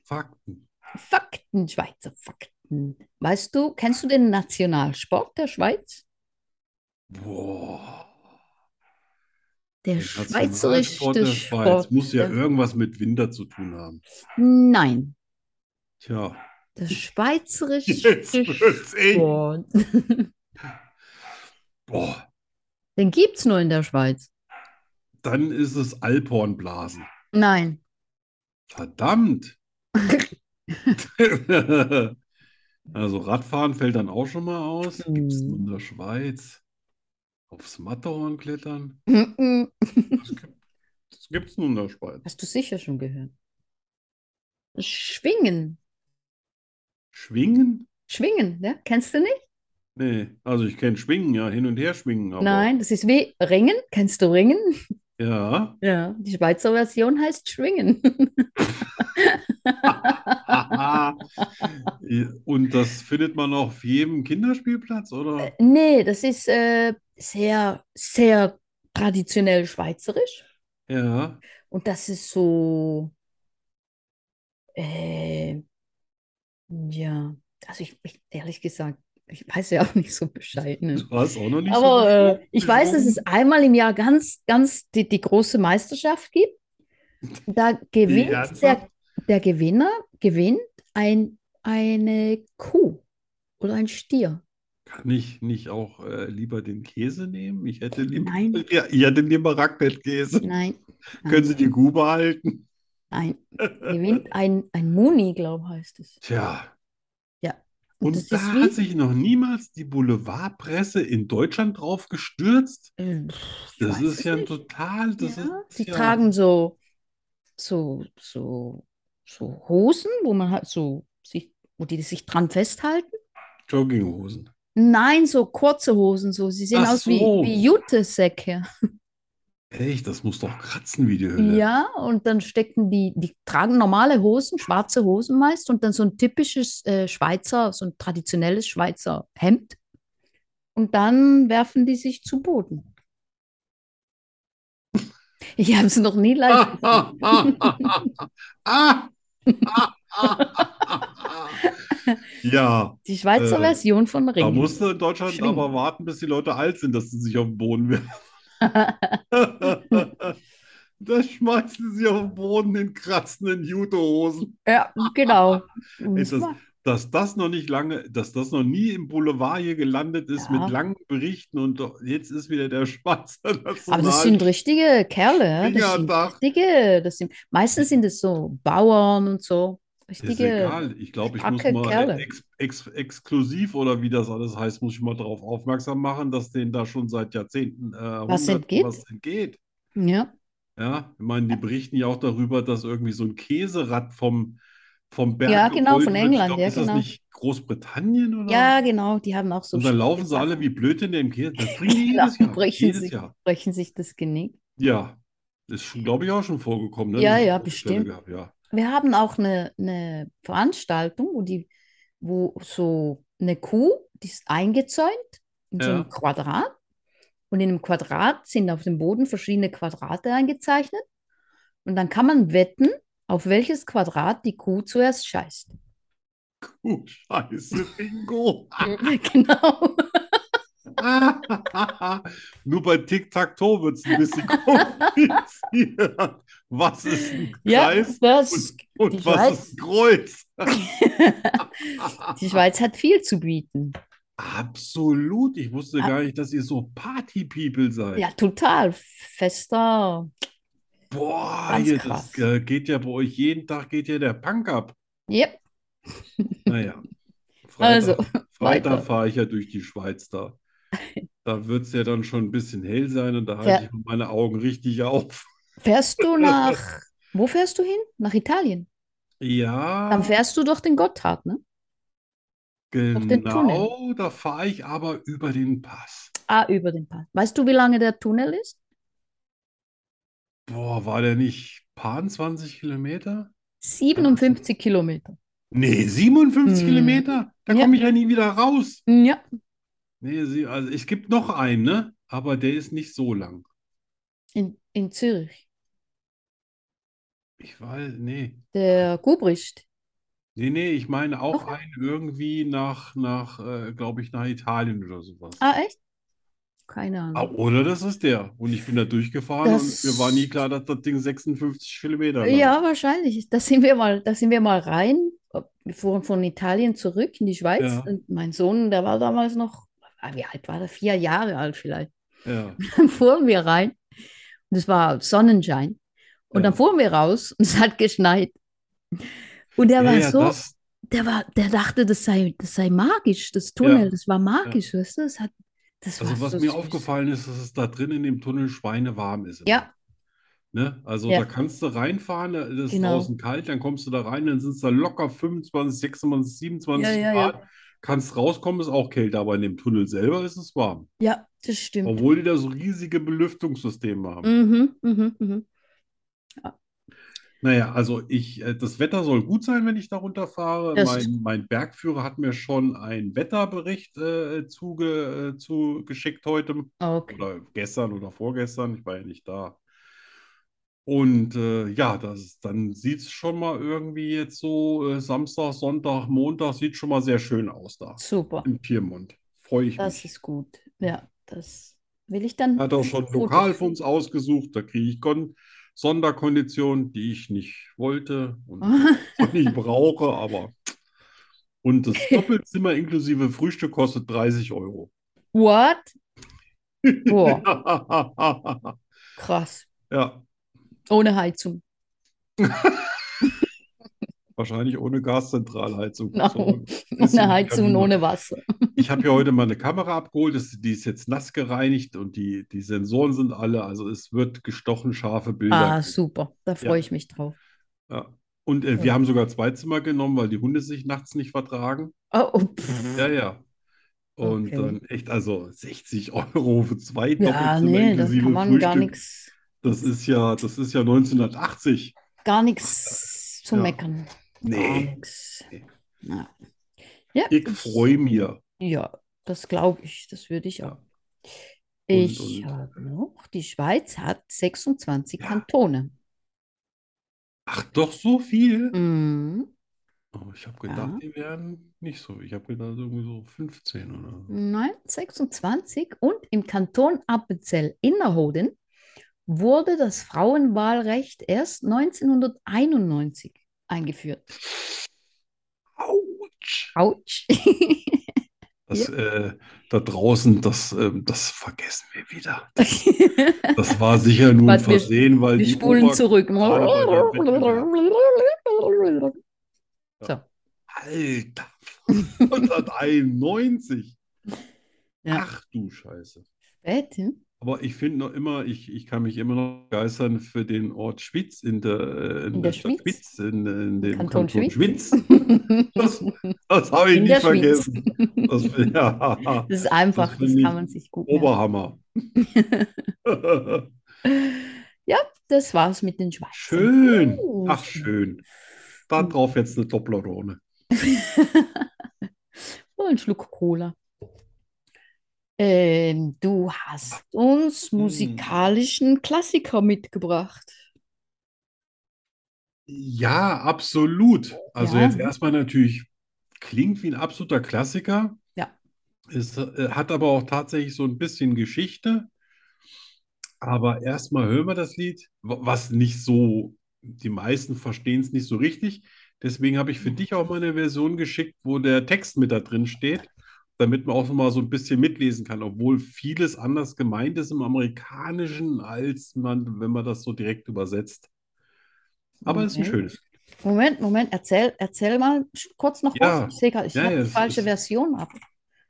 B: Fakten.
A: Fakten, Schweizer Fakten. Weißt du, kennst du den Nationalsport der Schweiz?
B: Boah.
A: Der
B: Der
A: schweizerische
B: Nationalsport der Schweiz
A: Sport.
B: muss ja
A: der-
B: irgendwas mit Winter zu tun haben.
A: Nein,
B: Tja,
A: der schweizerische
B: jetzt wird's eng.
A: Sport.
B: Boah,
A: Den gibt's nur in der Schweiz.
B: dann ist es Alphornblasen.
A: Nein.
B: Verdammt. Also Radfahren fällt dann auch schon mal aus.
A: Mhm.
B: Gibt es nur in der Schweiz. Aufs Matterhorn klettern.
A: Mhm.
B: Das gibt, das gibt's nur in der Schweiz.
A: Hast du sicher schon gehört. Schwingen.
B: Schwingen?
A: Schwingen, ne? Kennst du nicht?
B: Nee, also ich kenne Schwingen, ja, hin und her schwingen, aber
A: Nein, das ist wie Ringen. Kennst du Ringen?
B: ja.
A: Ja. Die Schweizer Version heißt Schwingen.
B: Haha. Und das findet man auf jedem Kinderspielplatz, oder?
A: Äh, Nee, das ist äh, sehr, sehr traditionell schweizerisch.
B: Ja.
A: Und das ist so, äh, ja, also ich, ich ehrlich gesagt, ich weiß ja auch nicht so Bescheid, ne?
B: Du hast auch noch nicht so
A: Aber
B: viel
A: äh, ich weiß, dass es einmal im Jahr ganz, ganz die, die große Meisterschaft gibt. Da gewinnt der,
B: Ernsthaft?
A: der Gewinner gewinnt ein, eine Kuh oder ein Stier.
B: Kann ich nicht auch äh, lieber den Käse nehmen? Ich hätte lieber,
A: Nein.
B: ja, ich hätte lieber Raclette-Käse.
A: Nein,
B: Können Sie die Kuh behalten?
A: nein, gewinnt ein, ein Muni, glaube heißt es.
B: Tja.
A: Und
B: Und
A: das
B: da
A: ist
B: hat
A: wie,
B: sich noch niemals die Boulevardpresse in Deutschland drauf gestürzt.
A: Äh, pff, ich
B: Das
A: weiß
B: ist
A: es
B: ja ein
A: nicht.
B: total, das
A: Ja,
B: ist
A: die
B: ja,
A: tragen so, so, so, so Hosen, wo man halt so sich, wo die sich dran festhalten.
B: Jogginghosen.
A: Nein, so kurze Hosen, so. Sie sehen
B: Ach
A: aus wie,
B: so.
A: wie Jutesäcke.
B: Echt, das muss doch kratzen wie die Hölle.
A: Ja, und dann stecken die, die tragen normale Hosen, schwarze Hosen meist, und dann so ein typisches äh, Schweizer, so ein traditionelles Schweizer Hemd. Und dann werfen die sich zu Boden. Ich habe es noch nie live gesehen.
B: Ah, ah, ah, ah, ah, ah. Ja,
A: Die Schweizer
B: Äh,
A: Version von
B: da
A: Ringen.
B: musst du in Deutschland
A: Schwingen.
B: aber warten, bis die Leute alt sind, dass sie sich auf den Boden werfen. Da schmeißen sie auf den Boden in kratzenden Jutehosen.
A: Ja, genau.
B: Ist das- dass das noch nicht lange, dass das noch nie im Boulevard hier gelandet ist
A: Ja.
B: mit langen Berichten und doch- jetzt ist wieder der Schweizer
A: Aber das sind
B: Nationalspieler
A: richtige Kerle. ja, Das sind
B: da.
A: richtige, das sind, meistens sind es so Bauern und so.
B: Ist
A: Richtige.
B: egal. Ich glaube, ich muss
A: starke
B: mal
A: Kerle.
B: ex ex exklusiv oder wie das alles heißt, muss ich mal darauf aufmerksam machen, dass denen da schon seit Jahrzehnten, äh,
A: Was
B: Jahrhunderten
A: entgeht?
B: was entgeht.
A: Ja.
B: Ja, ich meine, die berichten ja auch darüber, dass irgendwie so ein Käserad vom vom Berg
A: Ja, genau,
B: gerollt
A: von
B: wird. Ich
A: England,
B: glaub,
A: ja,
B: ist das
A: genau.
B: nicht Großbritannien oder?
A: Ja, genau, die haben auch so
B: Und dann laufen sie
A: Spitzhacken.
B: alle wie blöd in den Käse. Das kriegen die
A: Genau,
B: jedes Jahr.
A: brechen
B: jedes
A: sich.
B: Jahr.
A: brechen sich das Genick.
B: Ja. Das ist, glaube ich, auch schon vorgekommen. Ne?
A: Ja,
B: Dass es
A: ja,
B: so Fälle
A: bestimmt.
B: Gab. Ja.
A: Wir haben auch eine, eine Veranstaltung, wo die, wo so eine Kuh, die ist eingezäunt in so
B: Ja.
A: einem Quadrat. Und in einem Quadrat sind auf dem Boden verschiedene Quadrate eingezeichnet. Und dann kann man wetten, auf welches Quadrat die Kuh zuerst scheißt.
B: Oh, scheiße, Bingo.
A: Genau.
B: Nur bei Tic-Tac-Toe wird es ein bisschen kompliziert. Was ist ein
A: Ja,
B: Kreis
A: das,
B: und
A: ich
B: was
A: weiß.
B: ist ein Kreuz?
A: die Schweiz hat viel zu bieten.
B: Absolut. Ich wusste
A: Ah.
B: gar nicht, dass ihr so Party-People seid.
A: Ja, total. Fester.
B: Boah,
A: Ganz
B: hier,
A: krass.
B: das äh, geht ja bei euch jeden Tag geht ja der Punk ab.
A: Yep.
B: Naja.
A: Also,
B: Freitag,
A: weiter.
B: Freitag fahre ich ja durch die Schweiz da. Da wird es ja dann schon ein bisschen hell sein und da halte
A: Ja.
B: ich meine Augen richtig auf.
A: Fährst du nach, wo fährst du hin? Nach Italien. Dann
B: Ja,
A: fährst du durch den Gotthard, ne? auf den Tunnel.
B: genau, da fahre ich aber über den Pass.
A: Ah, über den Pass. Weißt du, wie lange der Tunnel ist?
B: Boah, war der nicht paar 20 Kilometer?
A: 57 Kilometer.
B: Nee, 57
A: Hm.
B: Kilometer? Da
A: Ja.
B: komme ich ja nie wieder raus.
A: Ja.
B: Nee, sie, also es gibt noch einen, ne? Aber der ist nicht so lang.
A: In, in Zürich.
B: Ich weiß, nee.
A: Der Gubricht.
B: Nee, nee, ich meine auch
A: Okay.
B: einen irgendwie nach, nach äh, glaube ich, nach Italien oder sowas.
A: Ah, echt? Keine Ahnung.
B: Ah, oder das ist der. Und ich bin da durchgefahren
A: Das-
B: und mir war nie klar, dass das Ding 56 Kilometer lang
A: Ja,
B: ist.
A: wahrscheinlich. Da sind wir mal, da sind wir mal rein. Wir fuhren von Italien zurück in die Schweiz.
B: Ja.
A: Und mein Sohn, der war damals noch, ah, wie alt war der? Vier Jahre alt vielleicht.
B: Ja.
A: Dann fuhren wir rein. Und es war Sonnenschein. Und
B: Ja.
A: dann fuhren wir raus und es hat geschneit. Und er
B: Ja,
A: war
B: ja,
A: so,
B: das,
A: der war, der dachte, das sei, das sei magisch, das Tunnel,
B: Ja.
A: das war magisch, weißt du? Das hat, das
B: also
A: war
B: was
A: so
B: mir
A: süß.
B: aufgefallen ist, dass es da drin in dem Tunnel schweinewarm ist.
A: Ja.
B: Ne? Also
A: Ja.
B: da kannst du reinfahren, da ist
A: Genau.
B: draußen kalt, dann kommst du da rein, dann sind es da locker 25, 26, 27
A: Ja, ja, ja.
B: Grad. Kannst rauskommen, ist auch kälter, aber in dem Tunnel selber ist es warm.
A: Ja, das stimmt.
B: Obwohl die da so riesige Belüftungssysteme haben.
A: Mhm, mhm, mhm.
B: Naja, also ich, äh, das Wetter soll gut sein, wenn ich da runterfahre.
A: Das-
B: Mein, mein Bergführer hat mir schon einen Wetterbericht äh, zuge, äh, zugeschickt heute
A: Okay.
B: oder gestern oder vorgestern. Ich war ja nicht da. Und äh, ja, das, dann sieht es schon mal irgendwie jetzt so äh, Samstag, Sonntag, Montag sieht schon mal sehr schön aus da
A: Super.
B: im Piemont. Freue ich
A: Das
B: mich.
A: ist gut. Ja, das will ich dann.
B: Hat auch schon ein
A: Fotos.
B: Lokal für uns ausgesucht. Da kriege ich Kon Sonderkonditionen, die ich nicht wollte und und nicht brauche, aber. Und das Doppelzimmer inklusive Frühstück kostet 30 Euro.
A: What? Boah, krass.
B: ja,
A: Ohne Heizung.
B: wahrscheinlich ohne Gaszentralheizung.
A: Genau. Ohne
B: bisschen
A: Heizung und
B: Kabine.
A: ohne Wasser.
B: Ich habe ja heute meine Kamera abgeholt, das, die ist jetzt nass gereinigt und die, die Sensoren sind alle. Also es wird gestochen scharfe Bilder.
A: Ah, super. Da freue
B: Ja.
A: ich mich drauf.
B: Ja. Und äh, wir haben sogar zwei Zimmer genommen, weil die Hunde sich nachts nicht vertragen.
A: Oh, oh, pff.
B: Ja, ja. Und
A: Okay.
B: dann echt, also 60 Euro für zwei
A: Ja,
B: Doppelzimmer
A: nee, das
B: inklusive
A: kann man gar
B: Frühstück.
A: nichts,
B: Das ist ja, das ist ja 1980.
A: gar nichts zu
B: Ja.
A: meckern. Gar
B: Nee,
A: nichts.
B: Nee.
A: Na. Ja,
B: ich
A: das-
B: freue mich.
A: Ja, das glaube ich. Das würde ich
B: Ja.
A: auch. Ich
B: und-
A: habe noch, die Schweiz hat 26
B: Ja.
A: Kantone.
B: Ach, doch so viel?
A: Mhm.
B: Oh, ich habe gedacht,
A: Ja.
B: die wären nicht so. Ich habe gedacht, irgendwie so 15 oder so.
A: Nein, 26. Und im Kanton Appenzell-Innerrhoden wurde das Frauenwahlrecht erst 1991 eingeführt.
B: Autsch!
A: Autsch.
B: Das, äh, da draußen, das, ähm, das vergessen wir wieder. Das war sicher nur ein
A: Warte, wir-
B: Versehen, weil
A: Wir
B: die
A: spulen
B: Oma-
A: zurück.
B: gerade bei der
A: So.
B: Alter, 191.
A: Ja.
B: Ach du Scheiße.
A: Spät, hm?
B: Aber ich finde noch immer, ich, ich kann mich immer noch begeistern für den Ort Schwitz in der, äh, in
A: In
B: der
A: der
B: Stadt
A: Schwyz?
B: Schwitz, in, in dem
A: Kanton
B: Schwyz. Das, das habe ich
A: In
B: nie
A: der Schwyz.
B: vergessen. Das, ja,
A: Das ist einfach,
B: Das
A: das,
B: finde ich
A: kann man sich gut merken.
B: Oberhammer.
A: Das war's mit den Schweizern.
B: Schön.
A: Gut.
B: Ach, schön. Da drauf jetzt eine Toblerone.
A: Und einen Schluck Cola. Ähm, du hast uns
B: Hm.
A: musikalischen Klassiker mitgebracht.
B: Ja, absolut. Also
A: Ja.
B: jetzt erstmal natürlich klingt wie ein absoluter Klassiker.
A: Ja.
B: Es äh, hat aber auch tatsächlich so ein bisschen Geschichte. Aber erstmal hören wir das Lied, wa- was nicht so, die meisten verstehen es nicht so richtig. Deswegen habe ich
A: Mhm.
B: für dich auch mal eine Version geschickt, wo der Text mit da drin steht, damit man auch noch mal so ein bisschen mitlesen kann, obwohl vieles anders gemeint ist im Amerikanischen, als man, wenn man das so direkt übersetzt. Aber es ist ein
A: Okay.
B: schönes.
A: Moment, Moment, erzähl, erzähl mal sch- kurz noch
B: Ja.
A: was. Ich sehe gerade, ich
B: Ja,
A: habe
B: ja,
A: die
B: es
A: falsche
B: ist-
A: Version ab.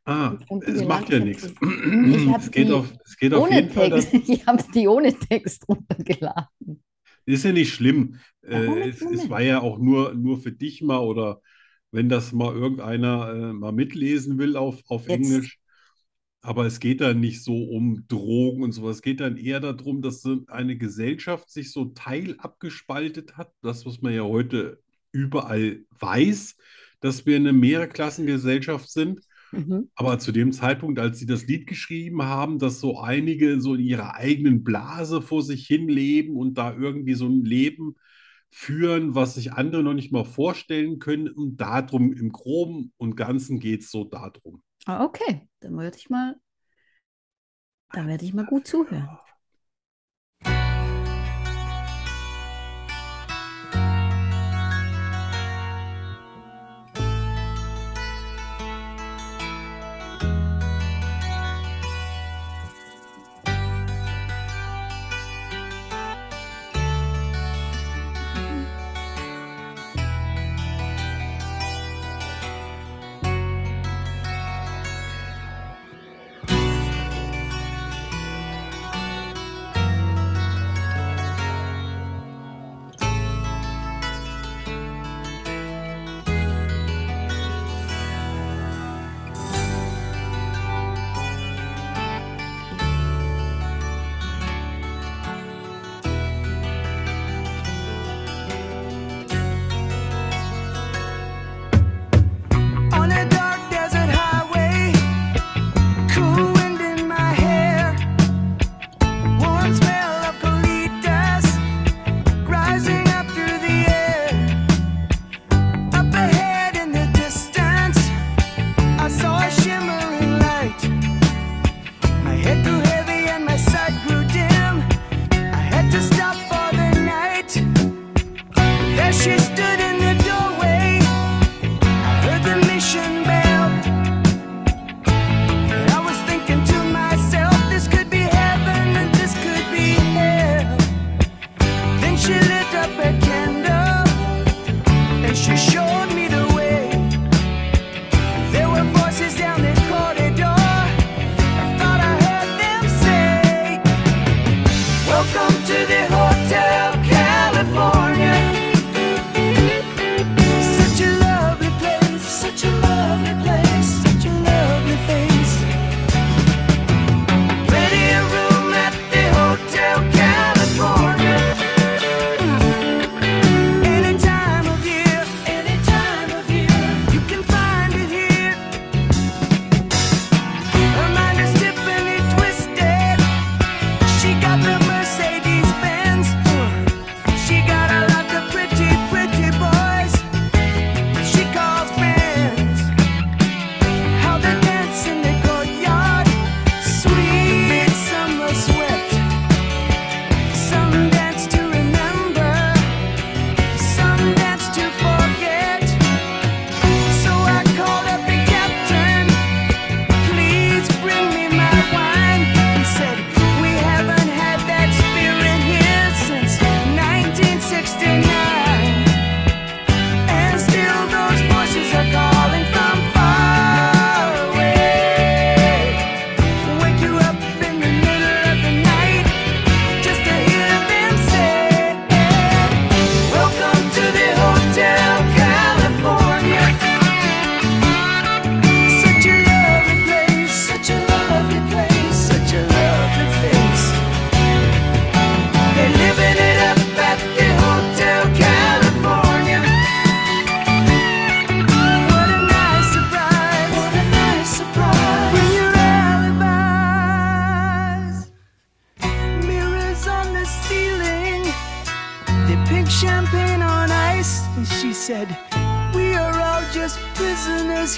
B: Ah,
A: Und die
B: es macht ja
A: Leitung
B: nichts.
A: dazu. Ich hab
B: Es geht
A: die
B: auf, es geht auf
A: ohne
B: jeden Fall.
A: Text.
B: Das
A: Ich habe die ohne Text runtergeladen.
B: ist ja nicht schlimm.
A: Ja,
B: Äh,
A: Moment,
B: es, es
A: Moment.
B: war ja auch nur, nur für dich mal oder wenn das mal irgendeiner äh, mal mitlesen will auf, auf
A: Jetzt.
B: Englisch. Aber es geht da nicht so um Drogen und sowas. Es geht dann eher darum, dass so eine Gesellschaft sich so teil abgespaltet hat. Das, was man ja heute überall weiß, dass wir eine Mehrklassengesellschaft sind.
A: Mhm.
B: Aber zu dem Zeitpunkt, als sie das Lied geschrieben haben, dass so einige so in ihrer eigenen Blase vor sich hin leben und da irgendwie so ein Leben führen, was sich andere noch nicht mal vorstellen können. Und darum, im Groben und Ganzen geht es so darum.
A: Ah, okay, dann werde ich mal, dann werde ich mal gut zuhören.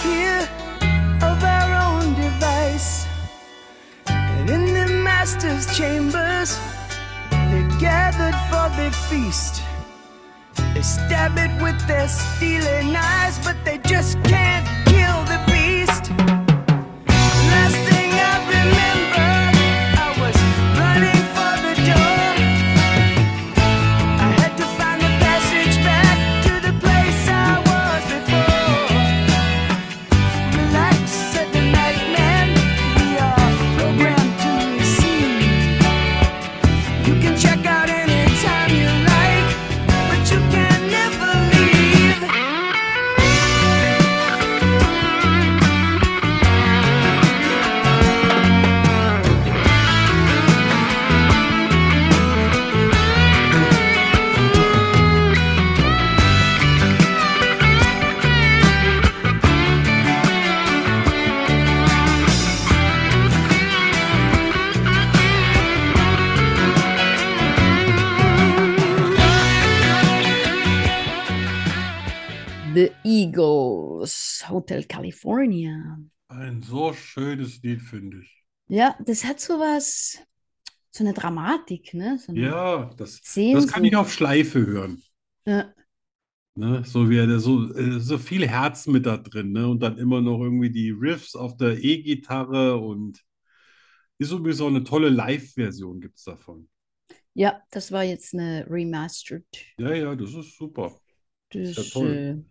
E: here of our own device. And in the master's chambers, they gathered for the feast. They stab it with their stealing eyes, but they just can't kill the beast. Last thing I remember, I was running for the door. I had to find a passage back to the place I was before. Relax, said the nightman. We are programmed to receive. You can check out anytime you like, but you can never leave.
A: The Eagles, Hotel California.
B: Ein so schönes Lied, finde ich.
A: Ja, das hat so was, so eine Dramatik, ne? So eine
B: Ja, das, das
A: Sehnsucht.
B: kann ich auf Schleife hören.
A: Ja.
B: Ne? So wie er da so, äh, so viel Herz mit da drin, ne? Und dann immer noch irgendwie die Riffs auf der E-Gitarre und ist sowieso eine tolle Live-Version gibt es davon.
A: Ja, das war jetzt eine Remastered.
B: Ja, ja, das ist super.
A: Das,
B: ja toll.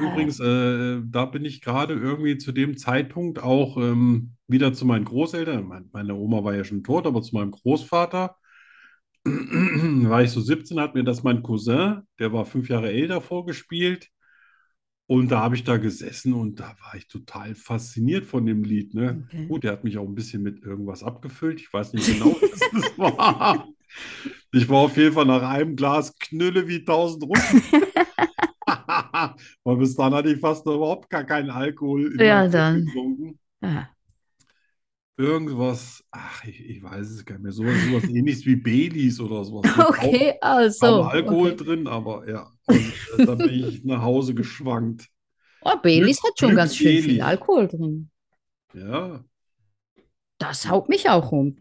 A: Ah.
B: übrigens, äh, da bin ich gerade irgendwie zu dem Zeitpunkt auch ähm, wieder zu meinen Großeltern. Mein, meine Oma war ja schon tot, aber zu meinem Großvater war ich so 17, hat mir das mein Cousin, der war fünf Jahre älter, vorgespielt. Und da habe ich da gesessen und da war ich total fasziniert von dem Lied, ne?
A: Okay.
B: Gut, er hat mich auch ein bisschen mit irgendwas abgefüllt. Ich weiß nicht genau, was das war. Ich war auf jeden Fall nach einem Glas Knülle wie tausend Runden. Weil bis dann hatte ich fast noch überhaupt gar keinen Alkohol in
A: Ja,
B: meinem Blut
A: dann.
B: getrunken.
A: äh, ah,
B: Irgendwas, ach, ich, ich weiß es gar nicht mehr. Sowas, sowas ähnliches wie Baileys oder sowas.
A: Okay, also.
B: Aber Alkohol
A: okay.
B: drin, aber ja. Und, äh, da bin ich nach Hause geschwankt.
A: Oh, Baileys hat schon ganz schön viel
B: Glückselig.
A: Alkohol drin.
B: Ja.
A: Das haut mich auch um.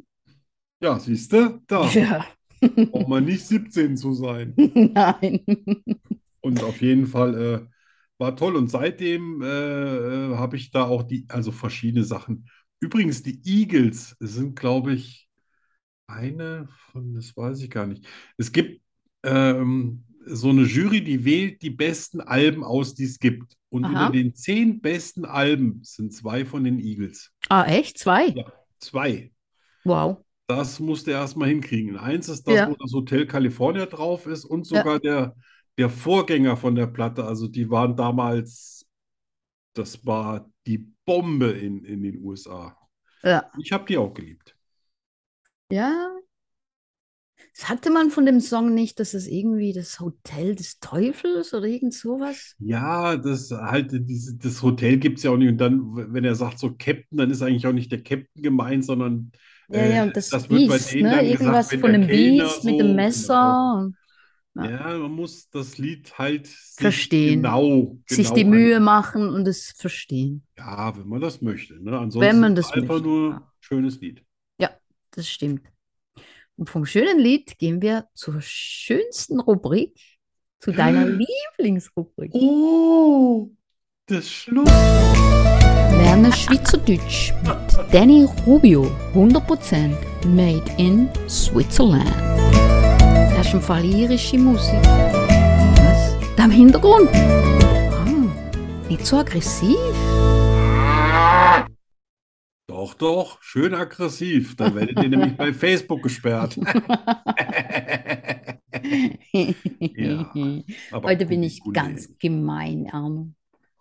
B: Ja, siehst du, da
A: Ja,
B: braucht man nicht 17 zu sein.
A: nein.
B: Und auf jeden Fall äh, war toll. Und seitdem äh, äh, habe ich da auch die, also verschiedene Sachen. Übrigens, die Eagles sind, glaube ich, eine von, das weiß ich gar nicht. Es gibt ähm, so eine Jury, die wählt die besten Alben aus, die es gibt. Und
A: Aha.
B: unter den zehn besten Alben sind zwei von den Eagles.
A: Ah, echt? Zwei?
B: Ja. Zwei.
A: Wow.
B: Das musste er erstmal hinkriegen. Eins ist das,
A: Ja.
B: wo das Hotel California drauf ist und
A: Ja.
B: sogar der, der Vorgänger von der Platte. Also die waren damals, das war die Bombe in, in den USA.
A: Ja.
B: Ich habe die auch geliebt.
A: Ja. Das hatte man von dem Song nicht, dass es irgendwie das Hotel des Teufels oder irgend sowas?
B: Ja, das halt, diese, das Hotel gibt es ja auch nicht. Und dann, w- wenn er sagt so Captain, dann ist eigentlich auch nicht der Captain gemeint, sondern
A: Ja,
B: äh,
A: ja, und das
B: das wird bei
A: Biest,
B: denen
A: ne?
B: dann gesagt,
A: Irgendwas
B: wenn
A: von
B: der
A: dem
B: Kellner
A: Biest mit dem
B: so, genau.
A: Messer. und Ja.
B: ja, man muss das Lied halt sich
A: Verstehen.
B: genau,
A: Sich
B: genau
A: die
B: anhören.
A: Mühe machen und es verstehen.
B: Ja, wenn man das möchte. Ne? Ansonsten
A: Wenn man
B: ist
A: das
B: einfach
A: möchte,
B: nur
A: ja.
B: schönes Lied.
A: Das stimmt. Und vom schönen Lied gehen wir zur schönsten Rubrik, zu deiner Lieblingsrubrik.
B: Oh, das Schluss.
C: Lerne Schweizerdeutsch mit Danny Rubio. 100% made in Switzerland. Das ist im Fall irische Musik. Was? Da im Hintergrund? Ah, nicht so aggressiv.
B: Doch, doch, schön aggressiv. Da werdet ihr nämlich bei Facebook gesperrt. Aber
A: Heute bin
B: gute
A: ich
B: Idee.
A: ganz gemein, Arno.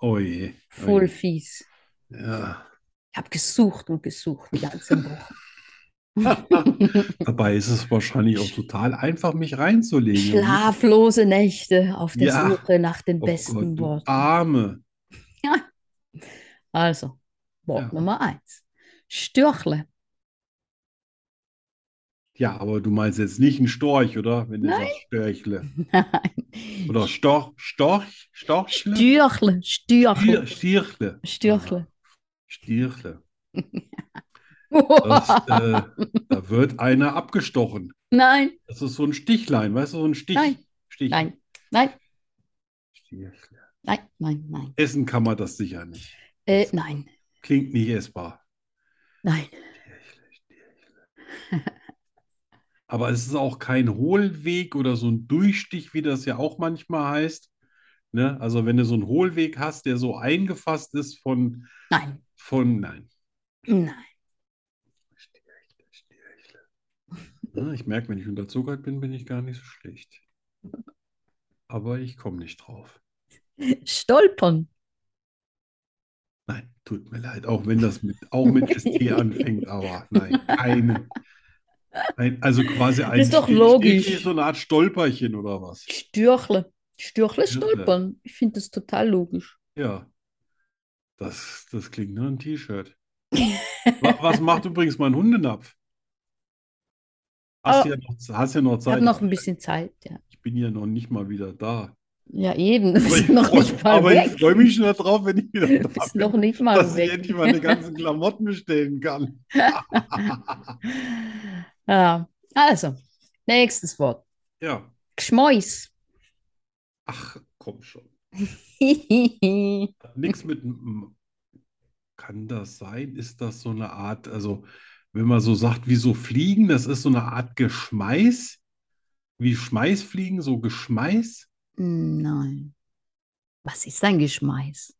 B: Oh je. oh
A: Voll
B: je.
A: fies.
B: Ja.
A: Ich habe gesucht und gesucht die ganze Woche.
B: Dabei ist es wahrscheinlich auch total einfach, mich reinzulegen.
A: Schlaflose Nächte auf der
B: Ja.
A: Suche nach den
B: Oh
A: besten
B: Gott, du
A: Worten.
B: Arme.
A: Also, Wort
B: Ja.
A: Nummer eins. Störchle.
B: Ja, aber du meinst jetzt nicht einen Storch, oder? Wenn du sagst Störchle.
A: Nein.
B: Oder Storch, Storch, Storchle?
A: Stürchle, Stürchle,
B: Stier- Stierchle.
A: Stürchle.
B: Stierchle. Das, äh, da wird einer abgestochen.
A: Nein,
B: Das ist so ein Stichlein, weißt du, so ein Stich.
A: Nein.
B: Stich.
A: nein, nein,
B: Stierchle.
A: nein, nein, nein.
B: Essen kann man das sicher nicht.
A: Äh, nein,
B: Klingt nicht essbar.
A: nein.
B: Stierchle, Stierchle. Aber es ist auch kein Hohlweg oder so ein Durchstich, wie das ja auch manchmal heißt. Ne? Also wenn du so einen Hohlweg hast, der so eingefasst ist von,
A: Nein,
B: von nein.
A: nein.
B: Stierchle, Stierchle. Ja, Ne, ich merke, wenn ich unterzuckert bin, bin ich gar nicht so schlecht. Aber ich komme nicht drauf.
A: Stolpern.
B: Nein, tut mir leid, auch wenn das mit, auch mit ST anfängt, aber nein, keine. Ein, also quasi ein
A: Ist doch
B: Stich-
A: logisch.
B: Stich- so eine Art Stolperchen oder was?
A: Stürchle. Stürchle,
B: Stürchle.
A: stolpern. Ich finde das total logisch.
B: Ja. Das, das klingt nach einem T-Shirt. Wa- Was macht übrigens mein Hundenapf? Hast
A: Oh.
B: ja noch, hast ja noch
A: Ich habe
B: Zeit.
A: noch ein bisschen Zeit, ja.
B: Ich bin ja noch nicht mal wieder da.
A: Ja, eben. Du
B: Aber
A: bist
B: ich
A: noch
B: freu-
A: nicht mal
B: aber ich
A: weg.
B: freue mich schon darauf, wenn ich wieder
A: Du
B: da
A: bist
B: bin,
A: noch nicht mal
B: dass ich
A: weg.
B: endlich meine ganzen Klamotten bestellen kann.
A: Ja. Also, nächstes Wort.
B: Ja.
A: Geschmäus.
B: Ach, komm schon. Hat Nix mit. m- Kann das sein? Ist das so eine Art, also wenn man so sagt, wie so Fliegen, das ist so eine Art Geschmeiß? Wie Schmeißfliegen, so Geschmeiß?
A: Nein. Was ist ein Geschmeiß?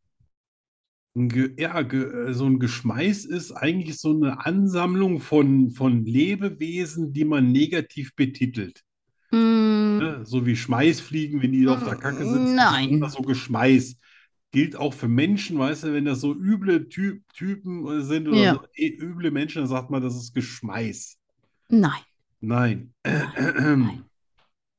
B: Ein Ge ja, ge äh, so ein Geschmeiß ist eigentlich so eine Ansammlung von, von Lebewesen, die man negativ betitelt.
A: Hm,
B: Ne? So wie Schmeißfliegen, wenn die auf der Kacke sitzen, ist
A: Nein.
B: immer so Geschmeiß. Gilt auch für Menschen, weißt du, wenn das so üble Ty Typen sind oder
A: Ja.
B: so, eh, üble Menschen, dann sagt man, das ist Geschmeiß.
A: nein.
B: Nein.
A: nein.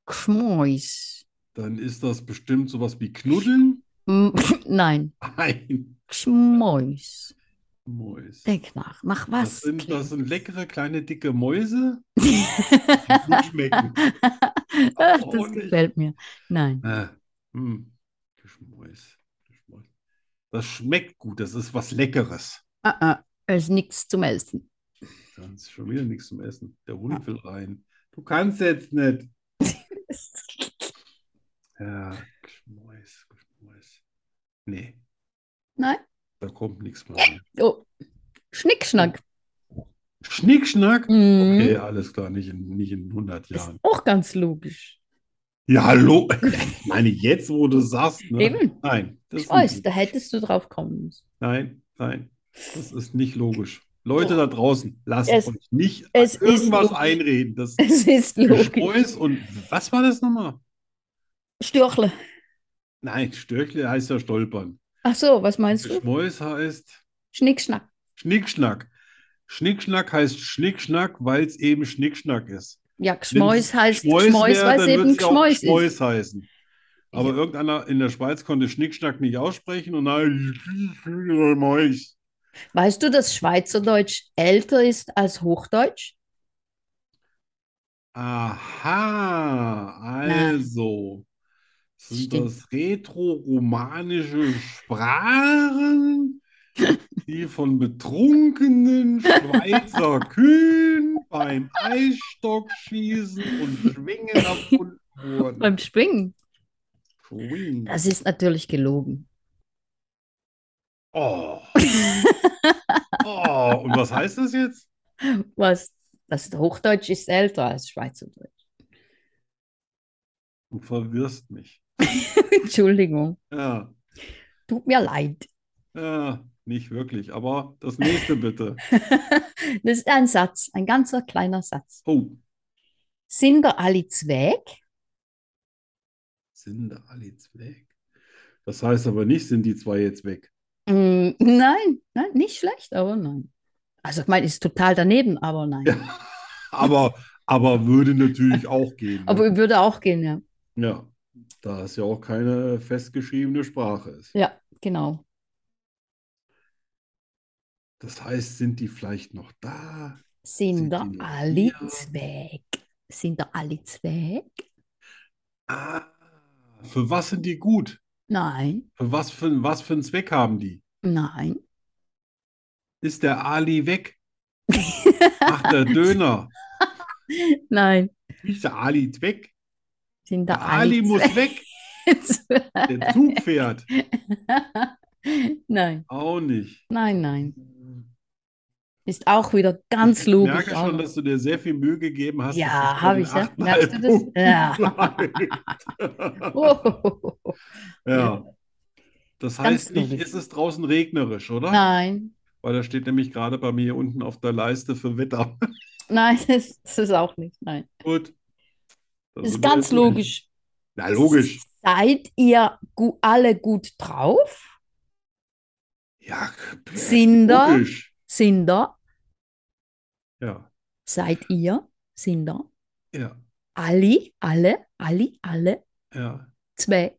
A: Geschmäus.
B: Dann ist das bestimmt sowas wie Knuddeln.
A: Hm, Nein.
B: Nein.
A: Geschmäus.
B: Mäus.
A: Denk nach. Nach
B: Das
A: was?
B: sind, das
A: klingt-
B: sind leckere, kleine, dicke Mäuse, die gut schmecken.
A: Ach,
B: auch
A: das
B: nicht.
A: gefällt mir. Nein.
B: Ah, hm. Geschmäus. Geschmäus. Das schmeckt gut, das ist was Leckeres.
A: Ah, ah, es ist nichts zum Essen.
B: Dann ist schon wieder nichts zum Essen. Der
A: Ah.
B: Hund will rein. Du kannst jetzt nicht. Ja, Geschmäus, Geschmäus. Nee,
A: Nein.
B: da kommt nichts mehr. rein.
A: Oh. Schnickschnack.
B: Schnickschnack?
A: Mhm.
B: Okay, alles klar, nicht in, nicht in 100
A: Ist
B: Jahren.
A: auch ganz logisch.
B: Ja, hallo. Ich meine, jetzt, wo du sagst, ne?
A: Eben.
B: Nein, das
A: Ich
B: ist
A: weiß,
B: nicht,
A: da hättest du drauf kommen müssen.
B: nein, nein, das ist nicht logisch. Leute da draußen, lasst
A: Es-
B: euch nicht
A: es ist
B: irgendwas
A: logisch.
B: einreden. Das
A: Es ist logisch.
B: Geschmäus und was war das nochmal?
A: Stürchle.
B: Nein, Störchle heißt ja stolpern.
A: Ach so, was meinst du?
B: Geschmäus heißt
A: Schnickschnack.
B: Schnickschnack. Schnickschnack heißt Schnickschnack, weil es eben Schnickschnack ist.
A: Ja, Geschmäus heißt
B: Schmäus
A: Geschmäus,
B: wär,
A: weil es
B: dann
A: eben
B: würd's ja auch
A: Geschmäus ist.
B: Schmäus heißen. Aber irgendeiner in der Schweiz konnte Schnickschnack nicht aussprechen und dann Schmäus.
A: Weißt du, dass Schweizerdeutsch älter ist als Hochdeutsch?
B: Aha, also sind
A: Stimmt.
B: das rätoromanische Sprachen, die von betrunkenen Schweizer Kühen beim Eisstockschießen und Schwingen erfunden wurden.
A: Beim Springen.
B: Schwingen.
A: Das ist natürlich gelogen.
B: Oh. Oh, und was heißt das jetzt?
A: Was? Das Hochdeutsch ist älter als Schweizerdeutsch.
B: Du verwirrst mich.
A: Entschuldigung.
B: Ja,
A: Tut mir leid.
B: ja, nicht wirklich, aber das nächste bitte.
A: Das ist ein Satz, ein ganzer kleiner Satz.
B: Oh.
A: Sind da alle Zweig?
B: Sind da alle ah, jetzt weg? Das heißt aber nicht, sind die zwei jetzt weg.
A: Mm, Nein, nein, nicht schlecht, aber nein. Also ich meine, ist total daneben, aber nein.
B: Ja. Aber, aber würde natürlich auch gehen. ne?
A: Aber würde auch gehen, ja.
B: ja, da es ja auch keine festgeschriebene Sprache ist.
A: Ja, genau.
B: Das heißt, sind die vielleicht noch da?
A: Sind da
B: die noch
A: alle
B: hier?
A: Zweig? Sind da alle Zweig?
B: Ah, für was sind die gut?
A: Nein,
B: Für was für, was für einen Zweck haben die?
A: nein.
B: Ist der Ali weg? Ach, der Döner.
A: Nein,
B: Ist der Ali weg?
A: sind da
B: Der
A: alle
B: Ali muss weg.
A: Zweig?
B: Der Zug fährt.
A: Nein,
B: Auch nicht.
A: nein, nein. Ist auch wieder ganz logisch.
B: Ich merke schon,
A: aber-
B: dass du dir sehr viel Mühe gegeben hast.
A: ja, habe ich, ne? ja. Merkst du das? Ja.
B: das?
A: Oh.
B: Ja. Das
A: Ganz
B: heißt nicht,
A: logisch.
B: ist es draußen regnerisch, oder?
A: Nein,
B: Weil da steht nämlich gerade bei mir unten auf der Leiste für Wetter.
A: nein, das ist, das ist auch nicht. Nein.
B: Gut. Da
A: Das ist
B: sind wir
A: ganz
B: jetzt wieder-
A: logisch.
B: Na, logisch.
A: Seid ihr gu alle gut drauf?
B: Ja,
A: Sind da,
B: logisch.
A: sind da,
B: Ja,
A: seid ihr, sind da,
B: ja,
A: alle, alle, alle, alle,
B: ja.
A: zwei,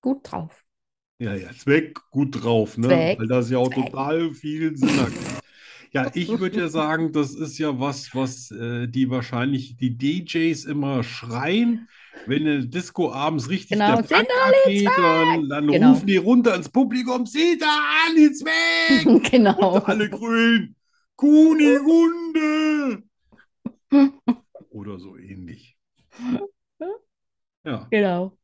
A: gut drauf.
B: Ja, ja, Zweck gut drauf, ne?
A: Zweck,
B: Weil das ja auch
A: Zweck.
B: total viel Sinn ergibt. Ja, ich würde ja sagen, das ist ja was, was äh, die wahrscheinlich die DJs immer schreien. Wenn eine Disco abends richtig
A: Genau,
B: der
A: sind
B: Funk abgeht, dann, dann
A: Genau.
B: rufen die runter ins Publikum, seht da alle Zweck!
A: Genau.
B: Und alle grün, Kunigunde! Oder so ähnlich. Ja,
A: Genau.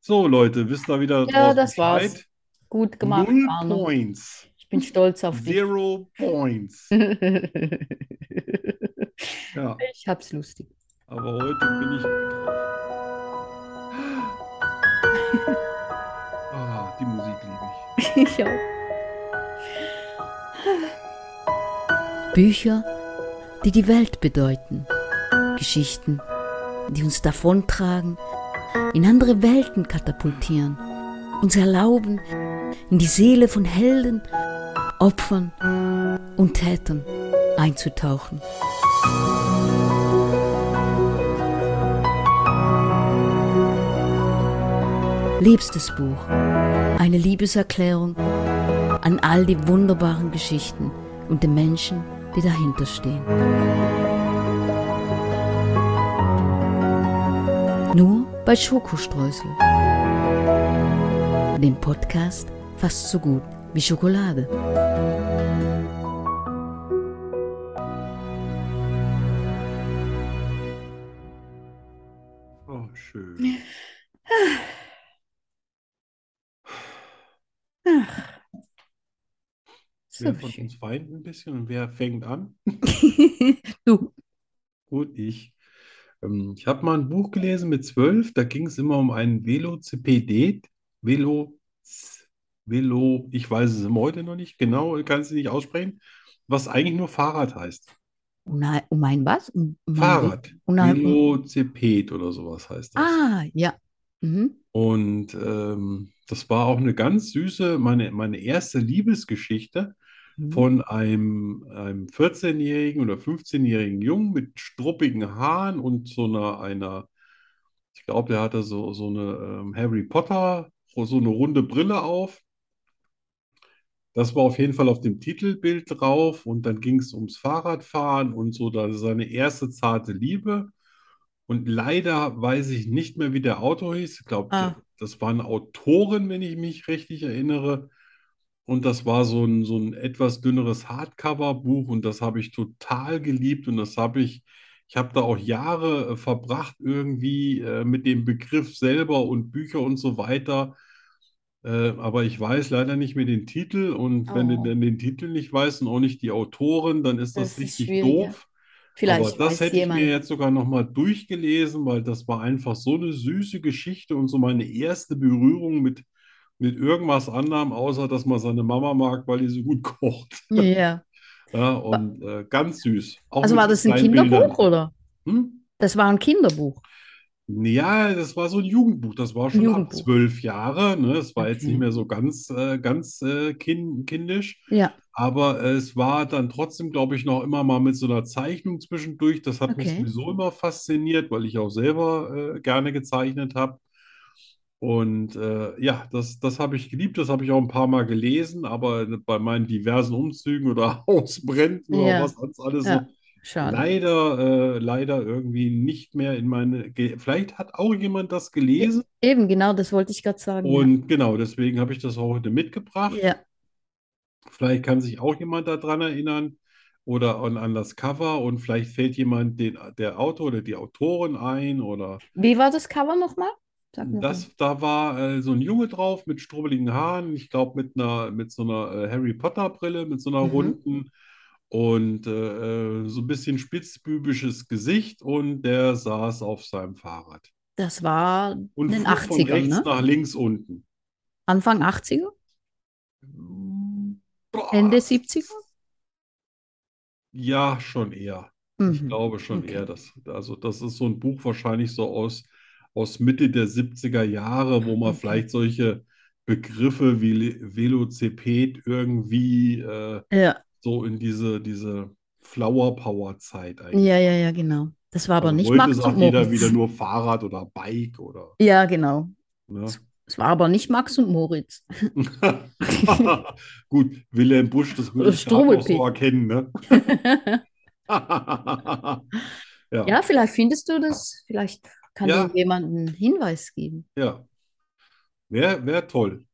B: so Leute, wisst ihr wieder
A: Ja,
B: draußen
A: das war's.
B: Bescheid?
A: Gut gemacht,
B: Null
A: Arno.
B: Points.
A: Ich bin stolz auf dich.
B: Zero Points.
A: ich
B: Ja,
A: hab's lustig.
B: aber heute bin ich gut drauf. Ah, die Musik liebe ich.
A: Ich auch.
C: Bücher, die die Welt bedeuten. Geschichten, die uns davontragen, in andere Welten katapultieren, uns erlauben, in die Seele von Helden, Opfern und Tätern einzutauchen. Liebstes Buch. Eine Liebeserklärung an all die wunderbaren Geschichten und den Menschen, die dahinter stehen. Nur bei Schokostreusel. Dem Podcast fast so gut wie Schokolade.
B: Oh, schön.
A: So
B: Wer von
A: schön.
B: uns weint ein bisschen und wer fängt an?
A: Du,
B: Gut, ich. Ähm, ich habe mal ein Buch gelesen mit zwölf, da ging es immer um einen Velociped. Velo, Velo, ich weiß es immer heute noch nicht genau, kann es nicht aussprechen, was eigentlich nur Fahrrad heißt.
A: um ein, um ein was? Um, um ein-
B: Fahrrad.
A: Um ein,
B: Velociped oder sowas heißt das.
A: ah, ja. Mhm.
B: Und ähm, das war auch eine ganz süße, meine, meine erste Liebesgeschichte
A: Mhm.
B: von einem, einem 14-jährigen oder 15-jährigen Jungen mit struppigen Haaren und so einer, einer ich glaube, der hatte so, so eine ähm, Harry Potter, so eine runde Brille auf. Das war auf jeden Fall auf dem Titelbild drauf und dann ging es ums Fahrradfahren und so, da seine erste zarte Liebe. Und leider weiß ich nicht mehr, wie der Autor hieß. Ich glaube,
A: Ah.
B: das waren Autoren, wenn ich mich richtig erinnere. Und das war so ein, so ein etwas dünneres Hardcover-Buch und das habe ich total geliebt und das habe ich, ich habe da auch Jahre äh, verbracht irgendwie äh, mit dem Begriff selber und Bücher und so weiter. Äh, aber ich weiß leider nicht mehr den Titel und wenn du
A: Oh.
B: dann den Titel nicht weißt und auch nicht die Autoren, dann ist das
A: Das ist
B: richtig
A: schwierig, ja.
B: doof.
A: Vielleicht
B: Aber das
A: weiß
B: hätte ich
A: jemand.
B: mir jetzt sogar nochmal durchgelesen, weil das war einfach so eine süße Geschichte und so meine erste Berührung mit, mit irgendwas anderem, außer dass man seine Mama mag, weil die so gut kocht.
A: Ja.
B: Ja, und äh, ganz süß. Auch
A: Also
B: mit
A: war
B: so
A: das ein
B: kleinen
A: Kinderbuch,
B: Bildern.
A: oder?
B: Hm?
A: Das war ein Kinderbuch.
B: Ja, das war so ein Jugendbuch. Das war schon ab
A: Jugendbuch. Mhm.
B: zwölf Jahre. Ne? Es war jetzt
A: Okay.
B: nicht mehr so ganz, äh, ganz äh, kin kindisch.
A: Ja.
B: Aber äh, es war dann trotzdem, glaube ich, noch immer mal mit so einer Zeichnung zwischendurch. Das hat mich
A: Okay.
B: sowieso immer fasziniert, weil ich auch selber äh, gerne gezeichnet habe. Und äh, ja, das, das habe ich geliebt. Das habe ich auch ein paar Mal gelesen. Aber bei meinen diversen Umzügen oder Hausbränden oder
A: Ja.
B: was sonst alles
A: Ja.
B: so
A: Schade.
B: Leider, äh, leider irgendwie nicht mehr in meine. Ge Vielleicht hat auch jemand das gelesen
A: Eben, genau, das wollte ich gerade sagen. ja.
B: und genau deswegen habe ich das auch heute mitgebracht.
A: ja,
B: Vielleicht kann sich auch jemand daran erinnern oder an, an das Cover und vielleicht fällt jemand den, der Autor oder die Autorin ein oder
A: wie war das Cover nochmal? Sag mir
B: das, da war äh, so ein Junge drauf mit strubbeligen Haaren, ich glaube mit einer, mit so einer äh, Harry Potter Brille, mit so einer
A: Mhm.
B: runden und äh, äh, so ein bisschen spitzbübisches Gesicht und der saß auf seinem Fahrrad
A: Das war
B: und
A: in den
B: fuhr von
A: 80ern,
B: rechts
A: ne?
B: nach links unten.
A: Anfang 80er,
B: Boah,
A: Ende 70er?
B: ja, schon eher. Ich
A: Mhm.
B: glaube schon
A: Okay.
B: eher, dass, also das ist so ein Buch wahrscheinlich so aus, aus Mitte der 70er Jahre, wo man
A: Okay.
B: vielleicht solche Begriffe wie Le- Velociped irgendwie äh,
A: Ja,
B: so in diese, diese Flower Power Zeit eigentlich.
A: ja, ja, ja, genau. Das war aber
B: Also
A: nicht
B: heute
A: Max und
B: sagt jeder wieder
A: Moritz.
B: nur Fahrrad oder Bike oder,
A: Ja, genau.
B: ne?
A: Es war aber nicht Max und Moritz.
B: Gut, Wilhelm Busch, das würde ich gerade noch so erkennen, ne? Ja.
A: Ja, vielleicht findest du das. Vielleicht kann
B: Ja.
A: dir jemand einen Hinweis geben.
B: Ja. Wäre wär toll.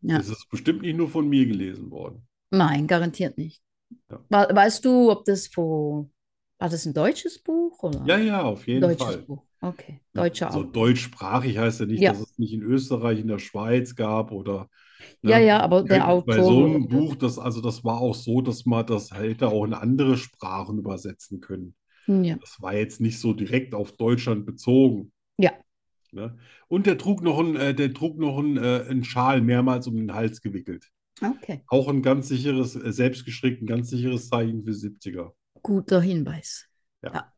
A: Ja.
B: Das ist bestimmt nicht nur von mir gelesen worden.
A: Nein, garantiert nicht.
B: Ja.
A: Wa- Weißt du, ob das vor. War das ein deutsches Buch oder?
B: Ja, ja, auf jeden
A: Deutsches
B: Fall.
A: Buch. Okay, deutscher
B: Also
A: auch.
B: deutschsprachig heißt ja nicht,
A: Ja.
B: dass es nicht in Österreich, in der Schweiz gab oder.
A: Ja, ja, aber der
B: ne, Bei Bei so
A: Autor-
B: einem Buch, das, also das war auch so, dass man das hätte auch in andere Sprachen übersetzen können.
A: Ja.
B: Das war jetzt nicht so direkt auf Deutschland bezogen.
A: Ja.
B: Ne? Und der trug noch einen, äh, der trug noch einen, äh, einen Schal mehrmals um den Hals gewickelt.
A: Okay,
B: Auch ein ganz sicheres, äh, selbstgestrickt, ein ganz sicheres Zeichen für 70er.
A: guter Hinweis.
B: Ja.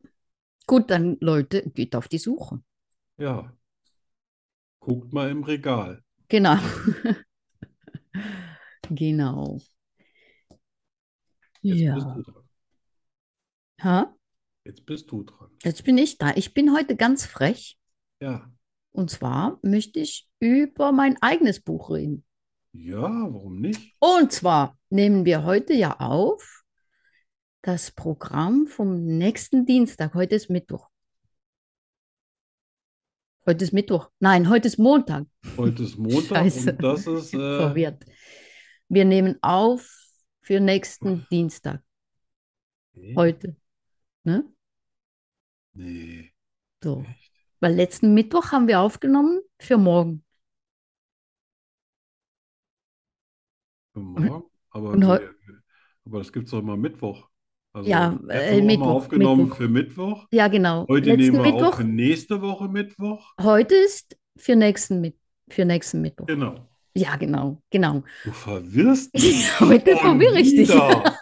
A: Gut, dann Leute, geht auf die Suche.
B: Ja. Guckt mal im Regal.
A: Genau. Genau.
B: Jetzt bist
A: Ja.
B: du dran.
A: Ha?
B: Jetzt bist du dran.
A: Jetzt bin ich da. Ich bin heute ganz frech.
B: Ja.
A: Und zwar möchte ich über mein eigenes Buch reden.
B: Ja, warum nicht?
A: Und zwar nehmen wir heute ja auf das Programm vom nächsten Dienstag. Heute ist Mittwoch. Heute ist Mittwoch. Nein, heute ist Montag.
B: Heute ist Montag
A: Scheiße.
B: und das ist, äh,
A: Verwirrt. Wir nehmen auf für nächsten Dienstag.
B: nee,
A: Heute. Ne?
B: nee,
A: So.
B: echt.
A: Weil letzten Mittwoch haben wir aufgenommen für morgen.
B: Für morgen? Aber,
A: und heu-
B: wir- aber das gibt es doch immer Mittwoch. Also,
A: Ja,
B: letzte
A: äh,
B: Woche haben wir
A: Mittwoch,
B: aufgenommen
A: Mittwoch.
B: für Mittwoch.
A: Ja, genau.
B: Heute
A: letzten
B: nehmen wir auf
A: Mittwoch.
B: für nächste Woche Mittwoch.
A: Heute ist für nächsten, Mit für nächsten Mittwoch.
B: Genau.
A: Ja, genau, genau.
B: Du verwirrst mich
A: Heute
B: schon
A: verwirre ich dich.
B: wieder.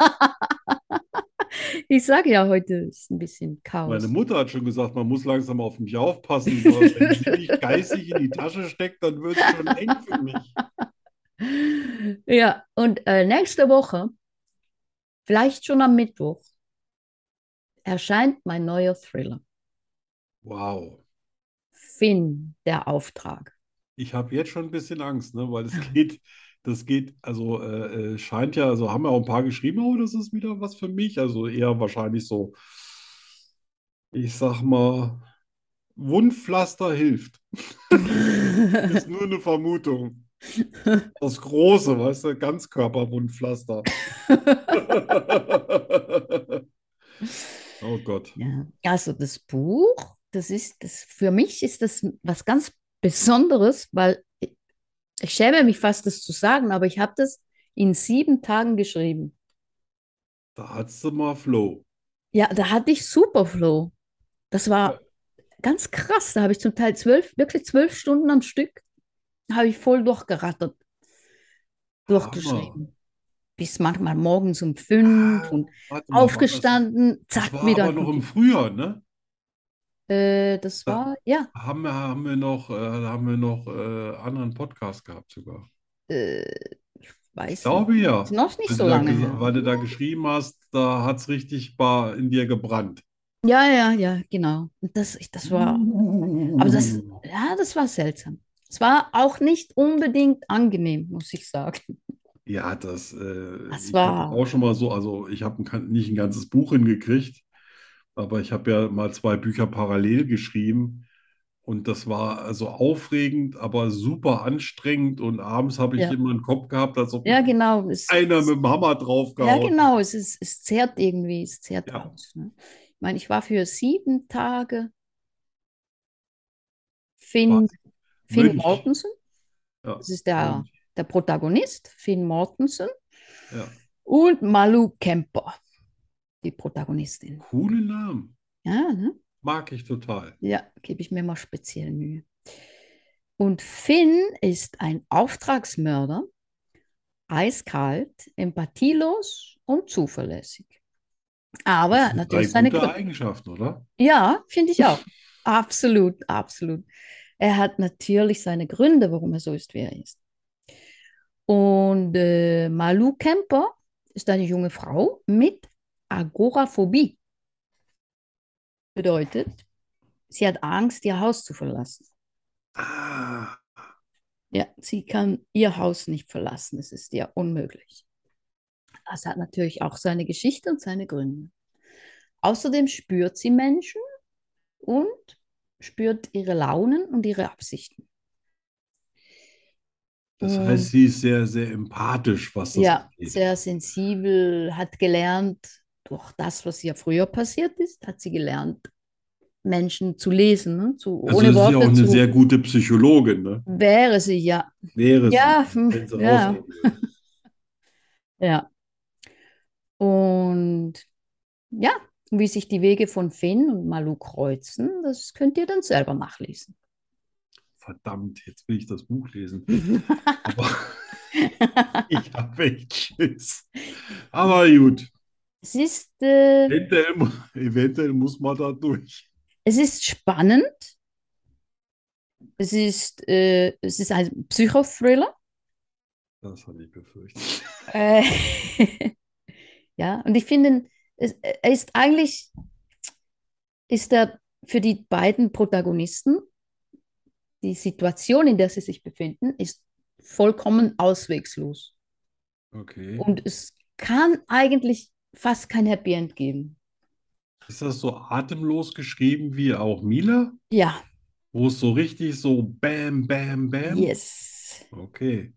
A: Ich sage ja, heute ist ein bisschen Chaos.
B: Meine Mutter hat schon gesagt, man muss langsam auf mich aufpassen. weil Wenn sie mich geistig in die Tasche steckt, dann wird es schon eng für mich.
A: Ja, und äh, nächste Woche, vielleicht schon am Mittwoch, erscheint mein neuer Thriller.
B: Wow.
A: Finn, der Auftrag.
B: Ich habe jetzt schon ein bisschen Angst, ne? Weil es geht, das geht, also äh, äh, scheint ja, also haben ja auch ein paar geschrieben, oh, das ist wieder was für mich. Also eher wahrscheinlich so, ich sag mal, Wundpflaster hilft. Ist nur eine Vermutung. Das große, weißt du, Ganzkörperwundpflaster. Oh Gott.
A: Ja, also das Buch, das ist das, für mich ist das was ganz Besonderes, weil ich, ich schäme mich fast, das zu sagen, aber ich habe das in sieben Tagen geschrieben.
B: Da hattest du mal Flow.
A: Ja, da hatte ich Superflow. Das war ganz krass. Da habe ich zum Teil zwölf, wirklich zwölf Stunden am Stück, habe ich voll durchgerattert, durchgeschrieben. Bis manchmal morgens um fünf und
B: Warte mal, Ah, war das-
A: aufgestanden,
B: Das
A: zack,
B: war
A: wieder.
B: aber noch im Frühjahr, ne?
A: äh, das
B: Ja.
A: war, ja,
B: Haben wir, haben wir noch, äh, da haben wir noch äh, anderen Podcast gehabt sogar.
A: äh, ich
B: Ich
A: weiß nicht.
B: glaube ja.
A: Ist noch nicht
B: Weil
A: so
B: du da
A: lange
B: gesa-
A: her.
B: Weil du da geschrieben hast, da hat es richtig bar in dir gebrannt.
A: Ja, ja, ja, genau. Und Das, ich- das war,
B: Mhm.
A: aber das, ja, das war seltsam. Es war auch nicht unbedingt angenehm, muss ich sagen.
B: Ja, das, äh,
A: Das
B: ich
A: war-
B: hab auch schon mal so, also ich habe nicht ein ganzes Buch hingekriegt, Aber ich habe ja mal zwei Bücher parallel geschrieben und das war also aufregend, aber super anstrengend und abends habe ich
A: Ja.
B: immer einen Kopf gehabt, als ob
A: Ja, genau. Es,
B: einer
A: es,
B: mit dem Hammer
A: ja,
B: draufgehauen.
A: genau. Es, ist, es zehrt irgendwie. Es zehrt
B: Ja.
A: aus. Ne? Ich meine, ich war für sieben Tage Finn, Finn
B: Mönch.
A: Mortensen.
B: Ja.
A: Das ist der, der Protagonist, Finn Mortensen.
B: Ja.
A: Und Malu Kemper, die Protagonistin.
B: Coole Namen.
A: Ja, ne?
B: Mag ich total.
A: Ja, gebe ich mir mal speziell Mühe. Und Finn ist ein Auftragsmörder, eiskalt, empathielos und zuverlässig. Aber
B: Das sind
A: natürlich
B: drei
A: seine
B: gute
A: Gründe.
B: Eigenschaften, oder?
A: Ja, finde ich auch. Absolut, absolut. Er hat natürlich seine Gründe, warum er so ist, wie er ist. Und äh, Malu Kemper ist eine junge Frau mit Agoraphobie. Bedeutet, sie hat Angst, ihr Haus zu verlassen.
B: Ah,
A: Ja, sie kann ihr Haus nicht verlassen. Es ist ihr unmöglich. Das hat natürlich auch seine Geschichte und seine Gründe. Außerdem spürt sie Menschen und spürt ihre Launen und ihre Absichten.
B: das
A: Ähm,
B: heißt, sie ist sehr, sehr empathisch, was das
A: Ja,
B: angeht.
A: sehr sensibel, hat gelernt, durch das, was ihr früher passiert ist, hat sie gelernt, Menschen zu lesen, ne? Zu,
B: Also
A: ohne
B: ist sie auch
A: Worte
B: eine
A: zu.
B: sehr gute Psychologin, ne?
A: Wäre sie, ja.
B: Wäre sie,
A: Ja, hm,
B: wenn sie
A: ja.
B: rausgehen würde.
A: Ja. Und ja, wie sich die Wege von Finn und Malu kreuzen, das könnt ihr dann selber nachlesen.
B: Verdammt, jetzt will ich das Buch lesen. Aber ich habe echt Schiss. Aber gut,
A: Es ist, äh,
B: eventuell, mu- eventuell muss man da durch.
A: es ist spannend. Es ist, äh, es ist ein Psychothriller.
B: Das hatte ich befürchtet.
A: Äh, ja, und ich finde, es, er ist eigentlich, ist er für die beiden Protagonisten, die Situation, in der sie sich befinden, ist vollkommen auswegslos.
B: Okay.
A: Und es kann eigentlich fast kein Happy End geben.
B: Ist das so atemlos geschrieben wie auch Mila?
A: Ja,
B: Wo es so richtig so bam, bam, bam?
A: yes.
B: Okay.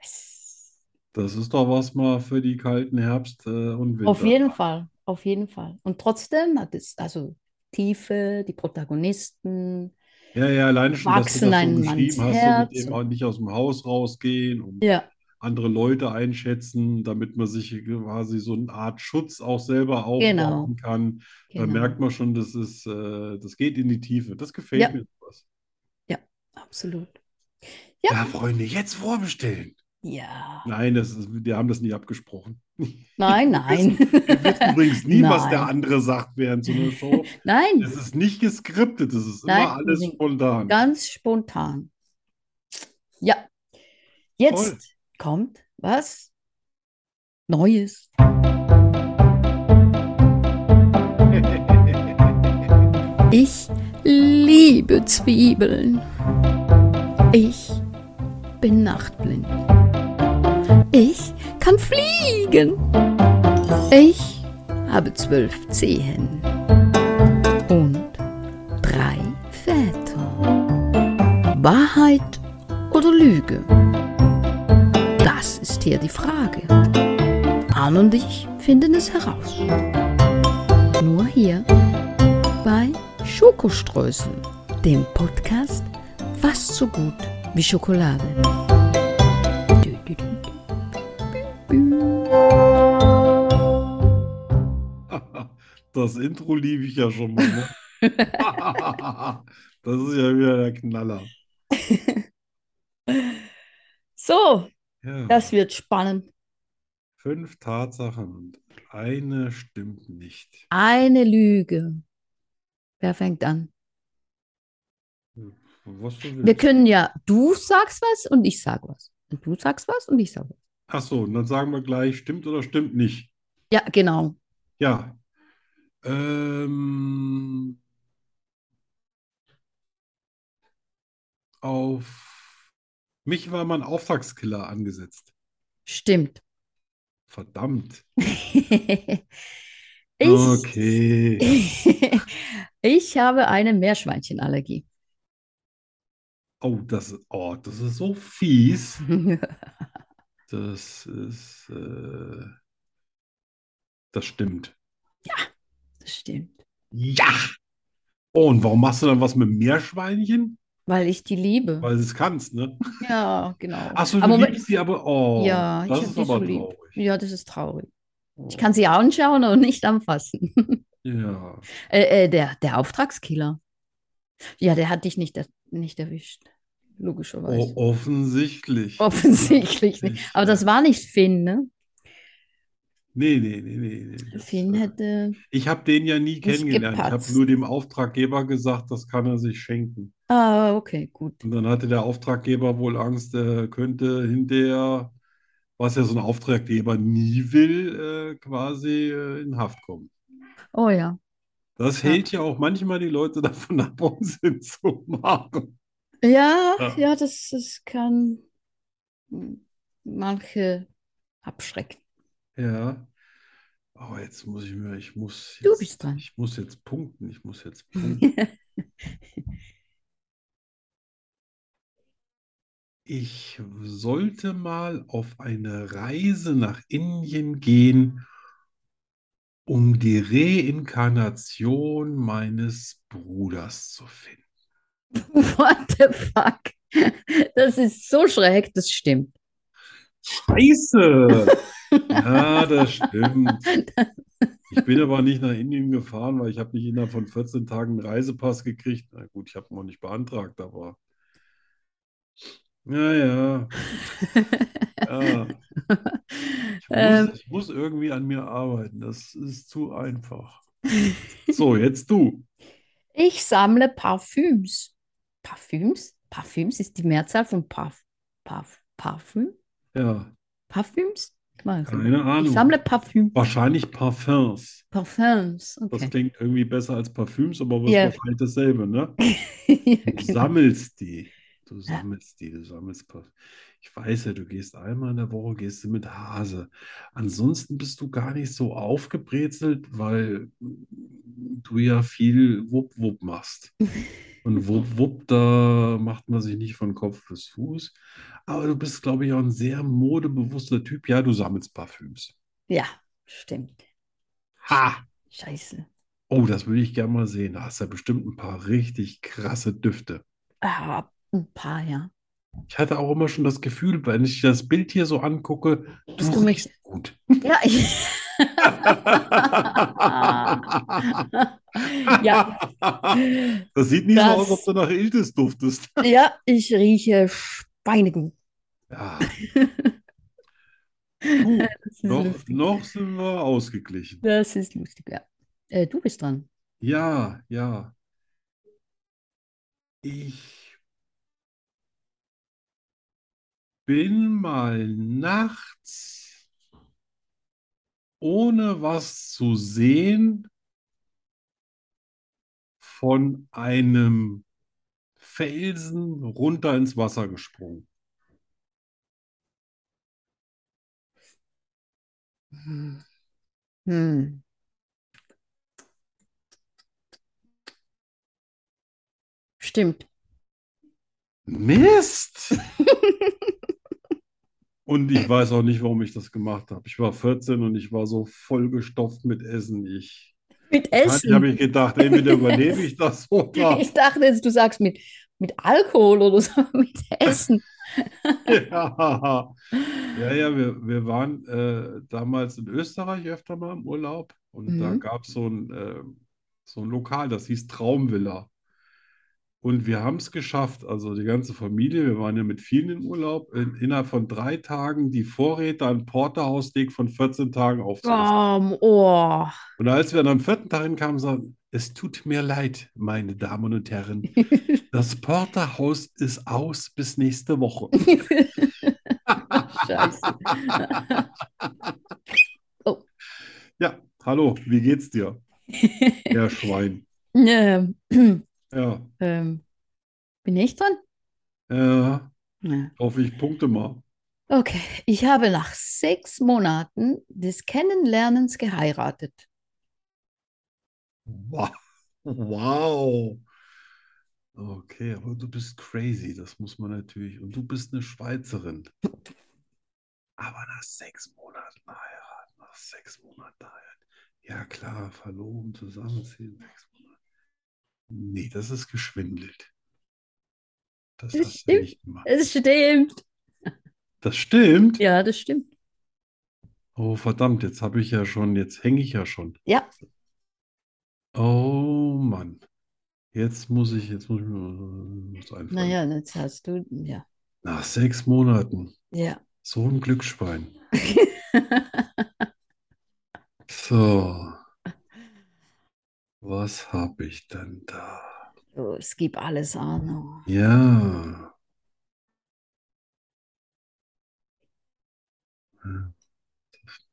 A: yes.
B: Das ist doch was mal für die kalten Herbst- äh, und
A: Auf
B: Winter.
A: jeden Fall, auf jeden Fall. Und trotzdem hat es also Tiefe, die Protagonisten.
B: Ja, ja, alleine schon, dass
A: Wachsen
B: du das so
A: einem ans
B: geschrieben hast, so mit
A: Herz.
B: dem auch nicht aus dem Haus rausgehen und
A: Ja,
B: andere Leute einschätzen, damit man sich quasi so eine Art Schutz auch selber
A: Genau.
B: aufbauen kann. Da
A: genau.
B: merkt man schon, das ist, äh, das geht in die Tiefe. Das gefällt
A: Ja.
B: mir sowas.
A: Absolut.
B: Ja, Freunde, jetzt vorbestellen.
A: Ja.
B: Nein, das ist, wir haben das nie abgesprochen.
A: Nein, nein.
B: Wir wissen übrigens nie, was der
A: Nein.
B: andere sagt während so einer Show.
A: Nein,
B: Es ist nicht geskriptet, es ist immer
A: Nein,
B: alles
A: unbedingt.
B: spontan.
A: ganz spontan. Ja. Jetzt
B: Toll.
A: kommt was Neues.
C: Ich liebe Zwiebeln. Ich bin nachtblind. Ich kann fliegen. Ich habe zwölf Zehen und drei Väter. Wahrheit oder Lüge? Das ist hier die Frage. Arne und ich finden es heraus. Nur hier bei Schokoströßen, dem Podcast fast so gut wie Schokolade. Dü, dü, dü.
B: Das Intro liebe ich ja schon mal. Ne? Das ist ja wieder der Knaller.
A: So,
B: Ja.
A: das wird spannend.
B: Fünf Tatsachen und eine stimmt nicht.
A: Eine Lüge. Wer fängt an?
B: Was du
A: Wir
B: willst.
A: können ja, du sagst was und ich sag was. Und du sagst was und ich sag was.
B: Ach so, und dann sagen wir gleich, stimmt oder stimmt nicht.
A: Ja, genau.
B: Ja. Ähm, auf mich war mal ein Auftragskiller angesetzt.
A: Stimmt.
B: Verdammt.
A: Ich,
B: Okay.
A: ich habe eine Meerschweinchenallergie.
B: Oh, das, oh, das ist so fies. Das ist, äh, das stimmt.
A: Das stimmt.
B: Ja! Oh, und warum machst du dann was mit Meerschweinchen?
A: Weil ich die liebe.
B: Weil du es kannst, ne?
A: Ja, genau.
B: Achso, du
A: Aber wenn-
B: liebst sie aber, oh,
A: Ja, ich
B: das
A: hab
B: ist
A: die
B: aber
A: so lieb.
B: traurig.
A: Ja, das ist traurig. Ich kann sie anschauen und nicht anfassen.
B: Ja.
A: Äh, äh, der, der Auftragskiller. Ja, der hat dich nicht, er- nicht erwischt. Logischerweise.
B: Oh, offensichtlich.
A: Offensichtlich nicht. Aber das war nicht Finn, ne?
B: Nee, nee, nee, nee, nee. Das,
A: Finn
B: äh,
A: hätte.
B: ich habe den ja nie kennengelernt. Ich
A: gepatzt.
B: habe nur dem Auftraggeber gesagt, das kann er sich schenken.
A: Ah, okay, gut.
B: Und dann hatte der Auftraggeber wohl Angst, er könnte hinterher, was ja so ein Auftraggeber nie will, äh, quasi äh, in Haft kommen.
A: Oh ja.
B: Das
A: Ja.
B: hält ja auch manchmal die Leute davon ab, Unsinn zu machen.
A: Ja,
B: Ja.
A: ja, das, das kann manche abschrecken.
B: Ja. Aber jetzt muss ich mir, ich muss
A: Du
B: jetzt,
A: bist dran.
B: ich muss jetzt punkten, ich muss jetzt punkten. Ich sollte mal auf eine Reise nach Indien gehen, um die Reinkarnation meines Bruders zu finden.
A: What the fuck? Das ist so schräg, das stimmt.
B: Scheiße! Ja, das stimmt. Ich bin aber nicht nach Indien gefahren, weil ich habe nicht innerhalb von 14 Tagen einen Reisepass gekriegt. Na gut, ich habe ihn noch nicht beantragt, aber naja. Ja. Ich
A: Ähm.
B: muss, ich muss irgendwie an mir arbeiten. Das ist zu einfach. So, jetzt du.
A: Ich sammle Parfüms. Parfüms? Parfüms ist die Mehrzahl von Parf Parf Parfüm?
B: Ja,
A: Parfüms? Ich weiß nicht.
B: keine Ahnung.
A: Ich sammle Parfüm.
B: Wahrscheinlich Parfums.
A: Parfüms.
B: Das
A: Okay.
B: klingt irgendwie besser als Parfüms, aber es ist
A: Ja.
B: wahrscheinlich dasselbe, ne?
A: Ja,
B: Du
A: genau.
B: sammelst die. Du sammelst die, du sammelst Parf- Ich weiß ja, du gehst einmal in der Woche, gehst du mit Hase. Ansonsten bist du gar nicht so aufgebrezelt, weil du ja viel Wupp-Wupp machst. Und Wupp-Wupp, da macht man sich nicht von Kopf bis Fuß. Aber du bist, glaube ich, auch ein sehr modebewusster Typ. Ja, du sammelst Parfüms.
A: ja, stimmt.
B: Ha!
A: Scheiße.
B: Oh, das würde ich gerne mal sehen. Da hast du ja bestimmt ein paar richtig krasse Düfte.
A: Ah, ein paar, ja.
B: Ich hatte auch immer schon das Gefühl, wenn ich das Bild hier so angucke,
A: Dass
B: du
A: du mich-
B: riechst gut.
A: Ja, ich, ja,
B: Das sieht nicht
A: Das-
B: so aus, als ob du nach Iltis duftest.
A: ja, ich rieche Schweinegut.
B: Ja. Du,
A: Das ist
B: noch,
A: lustig.
B: noch sind wir ausgeglichen.
A: Das ist lustig, ja. Äh, du bist dran.
B: Ja, ja. Ich bin mal nachts ohne was zu sehen von einem Felsen runter ins Wasser gesprungen.
A: Hm. Hm. Stimmt.
B: Mist! Und ich weiß auch nicht, warum ich das gemacht habe. Ich war 14 und ich war so vollgestopft mit Essen. Ich.
A: Mit
B: Ich habe
A: Essen.
B: ich gedacht, entweder überlebe ich das oder
A: Ich dachte jetzt, du sagst mit, mit Alkohol oder so, mit Essen.
B: ja. Ja, ja, wir, wir waren äh, damals in Österreich öfter mal im Urlaub und da
A: Mhm.
B: gab es so ein, äh, so ein Lokal, das hieß Traumvilla. Und wir haben es geschafft, also die ganze Familie, wir waren ja mit vielen im Urlaub, in, innerhalb von drei Tagen die Vorräte an Porterhaussteak von 14 Tagen aufzuessen.
A: Um, oh.
B: Und als wir dann am vierten Tag hinkamen, sagten, es tut mir leid, meine Damen und Herren, das Porterhaus ist aus bis nächste Woche.
A: Scheiße.
B: Ja, hallo, wie geht's dir, Herr Schwein?
A: Ähm,
B: Ja,
A: ähm, bin ich dran?
B: äh,
A: Ja.
B: hoffe ich punkte mal.
A: Okay, ich habe nach sechs Monaten des Kennenlernens geheiratet.
B: Wow. wow. Okay, aber du bist crazy, das muss man natürlich. Und du bist eine Schweizerin. Aber nach sechs Monaten heiraten, nach sechs Monaten heiraten. Ja klar, verloben, zusammenziehen, sechs Monate. Nee, das ist geschwindelt. Das
A: Das
B: hast du
A: stimmt.
B: nicht gemacht.
A: Es stimmt.
B: Das stimmt.
A: Ja, das stimmt.
B: Oh, verdammt, jetzt habe ich ja schon, jetzt hänge ich ja schon.
A: Ja.
B: Oh Mann. Jetzt muss ich, jetzt muss ich mir was einfallen.
A: Naja, jetzt hast du, ja.
B: Nach sechs Monaten.
A: Ja.
B: So ein Glücksschwein. So. Was habe ich denn da?
A: So, es gibt alles, Arno.
B: Ja.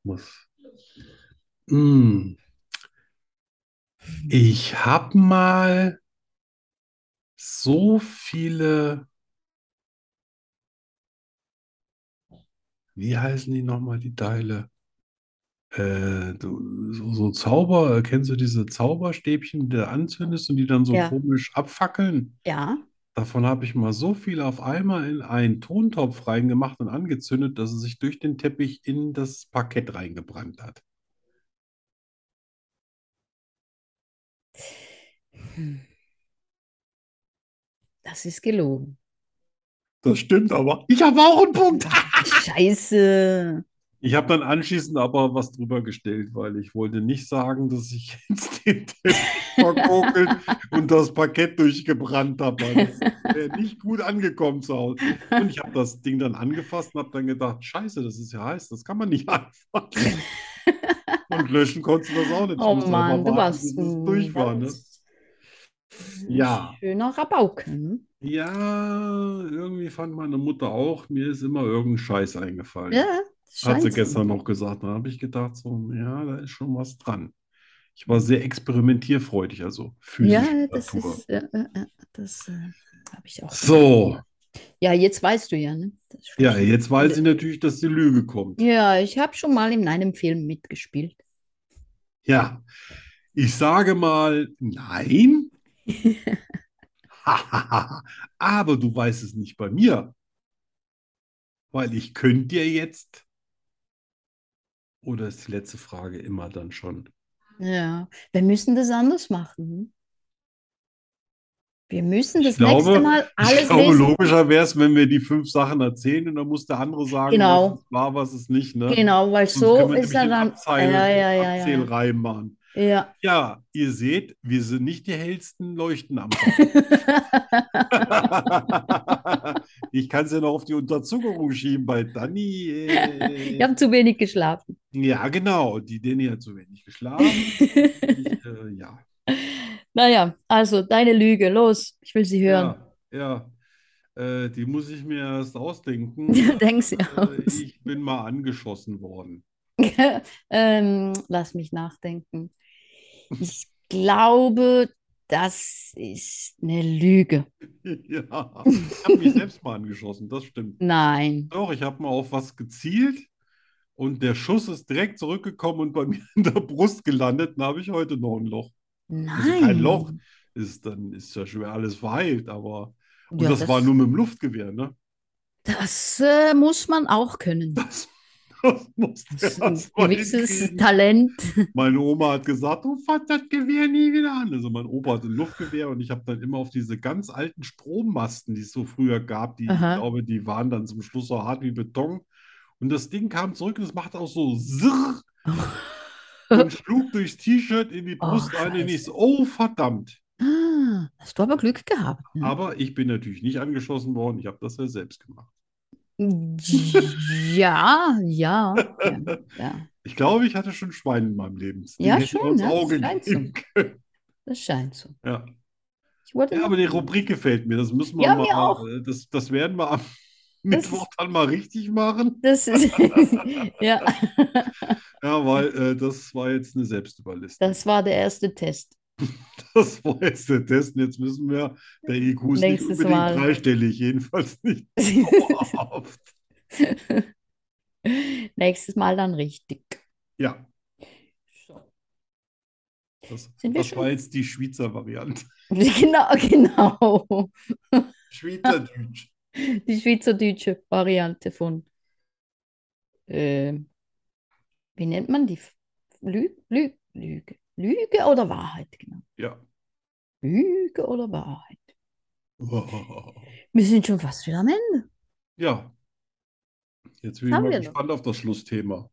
B: Muss. Hm. Ich habe mal so viele. Wie heißen die nochmal, die Teile? Äh, du, so, so Zauber, kennst du diese Zauberstäbchen, die du anzündest und die dann so
A: Ja.
B: komisch abfackeln?
A: Ja.
B: Davon habe ich mal so viel auf einmal in einen Tontopf reingemacht und angezündet, dass es sich durch den Teppich in das Parkett reingebrannt hat.
A: Hm. Das ist gelogen.
B: Das stimmt aber. Ich habe auch einen Punkt.
A: Scheiße.
B: Ich habe dann anschließend aber was drüber gestellt, weil ich wollte nicht sagen, dass ich jetzt den Teppich verkokelt und das Parkett durchgebrannt habe. weil Das wäre nicht gut angekommen zu Hause. Und ich habe das Ding dann angefasst und habe dann gedacht, scheiße, das ist ja heiß, das kann man nicht anfassen. Und löschen konntest du das auch nicht. Ich
A: Oh
B: musste
A: Mann,
B: aber
A: du
B: warten,
A: warst
B: bis es
A: ein
B: durch war, ne?
A: ganz
B: Ja.
A: schöner Rabauken.
B: Ja, irgendwie fand meine Mutter auch, mir ist immer irgendein Scheiß eingefallen.
A: Ja, das
B: Hat sie
A: scheint so.
B: gestern noch gesagt. Da habe ich gedacht, so, ja, da ist schon was dran. Ich war sehr experimentierfreudig, also
A: Ja,
B: physische
A: das
B: Natur.
A: ist, äh, äh, äh, das äh, habe ich auch.
B: So,
A: Ja, jetzt weißt du ja, ne? Das ist
B: ja,
A: schlecht.
B: jetzt weiß ich natürlich, dass die Lüge kommt.
A: Ja, ich habe schon mal in einem Film mitgespielt.
B: Ja, ich sage mal, nein. Hahaha. Aber du weißt es nicht bei mir. Weil ich könnte dir jetzt. Oder ist die letzte Frage immer dann schon?
A: Ja, wir müssen das anders machen. Wir müssen
B: Ich
A: das nächste
B: glaube-
A: Mal
B: ich
A: alles
B: glaube,
A: lesen.
B: logischer wäre es, wenn wir die fünf Sachen erzählen und dann muss der andere sagen,
A: Genau.
B: was es war, was es nicht. Ne?
A: Genau, weil
B: Sonst
A: so
B: können wir
A: ist
B: nämlich
A: er
B: den
A: dann.
B: Abzeil,
A: ja, ja,
B: den
A: ja, ja, ja.
B: Abzählreihen machen.
A: Ja.
B: Ja, ihr seht, wir sind nicht die hellsten Leuchten am Tag. Ich kann es ja noch auf die Unterzuckerung schieben bei Dani. Äh,
A: Ich habe zu wenig geschlafen.
B: ja, genau. Die Dani hat zu wenig geschlafen. Ich, äh, ja.
A: Naja, also deine Lüge, los, ich will sie hören.
B: Ja, ja. Äh, die muss ich mir erst ausdenken.
A: Ja. Denk sie
B: Äh,
A: aus.
B: ich bin mal angeschossen worden.
A: Ähm, lass mich nachdenken. Ich glaube, das ist eine Lüge.
B: Ja, ich habe mich selbst mal angeschossen, das stimmt.
A: Nein.
B: Doch, ich habe mal auf was gezielt und der Schuss ist direkt zurückgekommen und bei mir in der Brust gelandet. Dann habe ich heute noch ein Loch. Also kein
A: Nein.
B: Loch. Ist, dann ist ja schwer alles verheilt, aber. Und
A: Ja,
B: das
A: das,
B: war nur mit dem Luftgewehr, ne?
A: das äh, muss man auch können.
B: Das, das musste
A: Das ist
B: er
A: ein
B: erst mal
A: gewisses
B: hinkriegen.
A: Talent.
B: Meine Oma hat gesagt, du fass das Gewehr nie wieder an. Also mein Opa hatte ein Luftgewehr und ich habe dann immer auf diese ganz alten Strommasten, die es so früher gab, die, ich
A: Aha.
B: glaube, die waren dann zum Schluss so hart wie Beton. Und das Ding kam zurück und es machte auch so Sirr und schlug durchs T-Shirt in die Brust ein und ich so, oh verdammt.
A: Ah, hast du aber Glück gehabt. ne?
B: Aber ich bin natürlich nicht angeschossen worden, ich habe das ja selbst gemacht.
A: Ja, ja, ja, ja,
B: Ich glaube, ich hatte schon Schwein in meinem Leben. Die
A: Ja, ne?
B: hätten
A: schon,
B: wir ins
A: ja, das
B: Auge
A: scheint so.
B: geben können.
A: das scheint so.
B: Ja.
A: Ich wollte
B: Ja,
A: noch-
B: aber die Rubrik gefällt mir. Das müssen wir
A: Ja,
B: mal,
A: mir auch.
B: äh, das, das werden wir am
A: Das
B: Mittwoch dann mal richtig machen.
A: Das ist, ja,
B: Ja, weil äh, das war jetzt eine Selbstüberlistung.
A: das war der erste Test.
B: Das war jetzt der Test. Und jetzt müssen wir, der IQ ist nicht
A: Nächstes
B: unbedingt
A: Mal.
B: dreistellig, jedenfalls nicht Oh. dauerhaft.
A: Nächstes Mal dann richtig.
B: Ja,
A: So.
B: Das,
A: Sind wir
B: das
A: schon?
B: war jetzt die Schweizer Variante.
A: Genau, genau.
B: Schweizerdeutsch.
A: Die schweizerdeutsche Variante von, ähm, wie nennt man die? Lüge, Lüge, Lüge, Lüge oder Wahrheit, genau.
B: Ja.
A: Lüge oder Wahrheit.
B: Oh.
A: Wir sind schon fast wieder am Ende.
B: Ja. Jetzt bin ich
A: Haben
B: mal
A: wir noch?
B: gespannt auf das Schlussthema.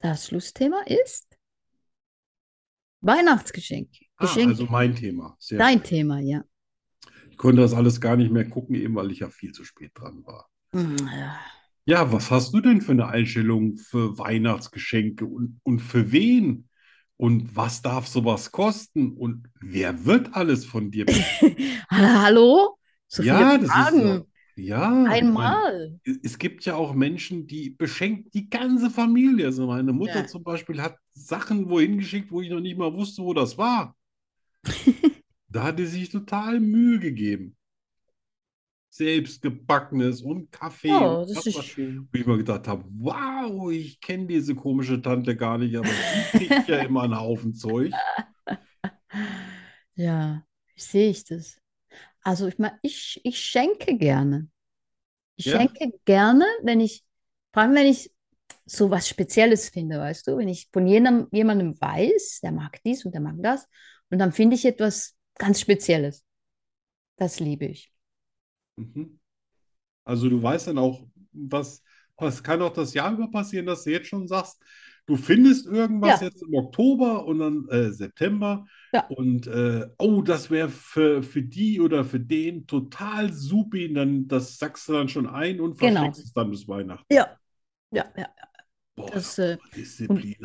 A: Das Schlussthema ist Weihnachtsgeschenke.
B: Ah,
A: Geschenke.
B: also mein Thema. Sehr
A: Dein
B: schön.
A: Thema, ja.
B: Ich konnte das alles gar nicht mehr gucken, eben weil ich ja viel zu spät dran war.
A: Hm, ja.
B: Ja, was hast du denn für eine Einstellung für Weihnachtsgeschenke und, und für wen? Und was darf sowas kosten? Und wer wird alles von dir?
A: Hallo? So viele
B: Ja, das ist
A: Fragen.
B: so. Ja, ich meine,
A: Einmal.
B: es gibt ja auch Menschen, die beschenkt die ganze Familie. Also meine Mutter
A: Ja.
B: zum Beispiel hat Sachen wohin geschickt, wo ich noch nicht mal wusste, wo das war. Da hat sie sich total Mühe gegeben. Selbstgebackenes und Kaffee
A: Ja,
B: und
A: Oh, das
B: was
A: ist
B: weiß
A: schön.
B: wo ich mal gedacht habe, wow, ich kenne diese komische Tante gar nicht, aber die kriegt ja immer einen Haufen Zeug.
A: Ja, wie sehe ich das? Also ich meine, ich, ich schenke gerne. Ich
B: Ja.
A: schenke gerne, wenn ich, vor allem wenn ich so was Spezielles finde, weißt du, wenn ich von jenem, jemandem weiß, der mag dies und der mag das, und dann finde ich etwas ganz Spezielles. Das liebe ich.
B: Mhm. Also du weißt dann auch, was, was kann auch das Jahr über passieren, dass du jetzt schon sagst, du findest irgendwas
A: Ja.
B: jetzt im Oktober und dann äh, September
A: Ja.
B: und äh, oh, das wäre für, für die oder für den total supi, und dann das sackst du dann schon ein und
A: Genau.
B: versteckst es dann bis Weihnachten.
A: Ja, ja, ja.
B: Boah,
A: Das,
B: da
A: äh,
B: muss man Disziplin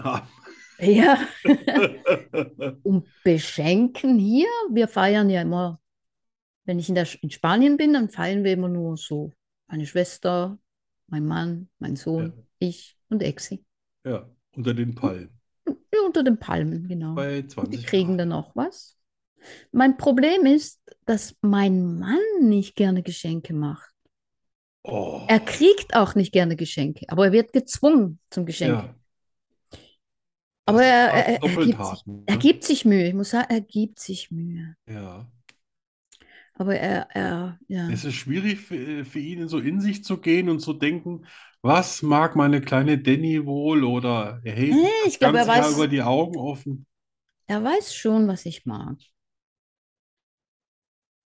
A: Ja,
B: haben.
A: und um beschenken hier, wir feiern ja immer, wenn ich in, der, in Spanien bin, dann feiern wir immer nur so meine Schwester, mein Mann, mein Sohn, ich und Exi.
B: Ja, unter den Palmen.
A: Ja, unter den Palmen, genau.
B: Bei
A: Und die
B: 20
A: kriegen
B: Grad.
A: dann auch was. Mein Problem ist, dass mein Mann nicht gerne Geschenke macht.
B: Oh,
A: Er kriegt auch nicht gerne Geschenke, aber er wird gezwungen zum Geschenk.
B: ja.
A: Aber
B: Das
A: er-
B: ist
A: er- er
B: doppelt
A: gibt
B: hart,
A: Er
B: ne?
A: gibt sich Mühe, ich muss sagen, er gibt sich Mühe.
B: Ja.
A: Aber er, er, ja.
B: Es ist schwierig für, für ihn, so in sich zu gehen und zu denken, was mag meine kleine Danny wohl? Oder er hält
A: Nee,
B: das
A: ich glaube, er
B: ganze Jahr
A: weiß-
B: über die Augen offen.
A: Er weiß schon, was ich mag.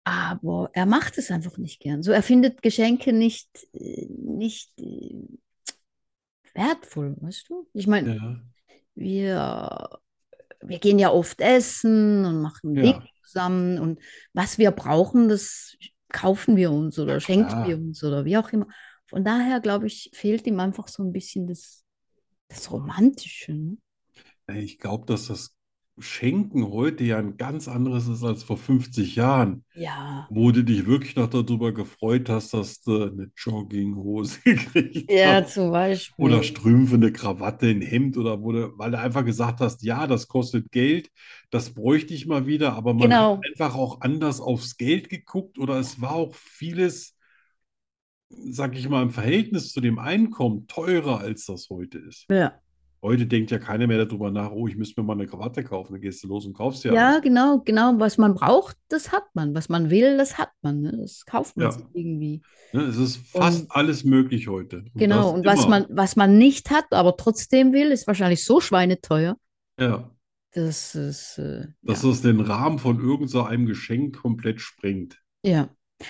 A: Aber er macht es einfach nicht gern. So, er findet Geschenke nicht, äh, nicht äh, wertvoll, weißt du? Ich meine,
B: Ja.
A: wir, wir gehen ja oft essen und machen
B: Ja.
A: Weg zusammen und was wir brauchen, das kaufen wir uns oder schenken
B: klar.
A: wir uns oder wie auch immer. Von daher, glaube ich, fehlt ihm einfach so ein bisschen das, das Romantische. Ne?
B: Ich glaube, dass das Schenken heute ja ein ganz anderes ist als vor 50 Jahren,
A: Ja.
B: wo du dich wirklich noch darüber gefreut hast, dass du eine Jogginghose gekriegt
A: Ja,
B: hast.
A: zum Beispiel.
B: Oder Strümpfe, eine Krawatte, ein Hemd oder wurde, weil du einfach gesagt hast, ja, das kostet Geld, das bräuchte ich mal wieder, aber man
A: Genau.
B: hat einfach auch anders aufs Geld geguckt oder es war auch vieles, sag ich mal, im Verhältnis zu dem Einkommen teurer, als das heute ist.
A: Ja.
B: Heute denkt ja keiner mehr darüber nach, oh, ich müsste mir mal eine Krawatte kaufen, dann gehst du los und kaufst dir
A: Ja,
B: eine.
A: genau, genau. Was man braucht, das hat man. Was man will, das hat man. Ne? Das kauft man
B: Ja.
A: sich irgendwie.
B: Ne, es ist fast
A: Und-
B: alles möglich heute. Und
A: Genau.
B: das
A: Und was
B: immer.
A: man, was man nicht hat, aber trotzdem will, ist wahrscheinlich so schweineteuer.
B: Ja,
A: Das ist, äh,
B: dass
A: ja.
B: das den Rahmen von irgend so einem Geschenk komplett sprengt.
A: Ja.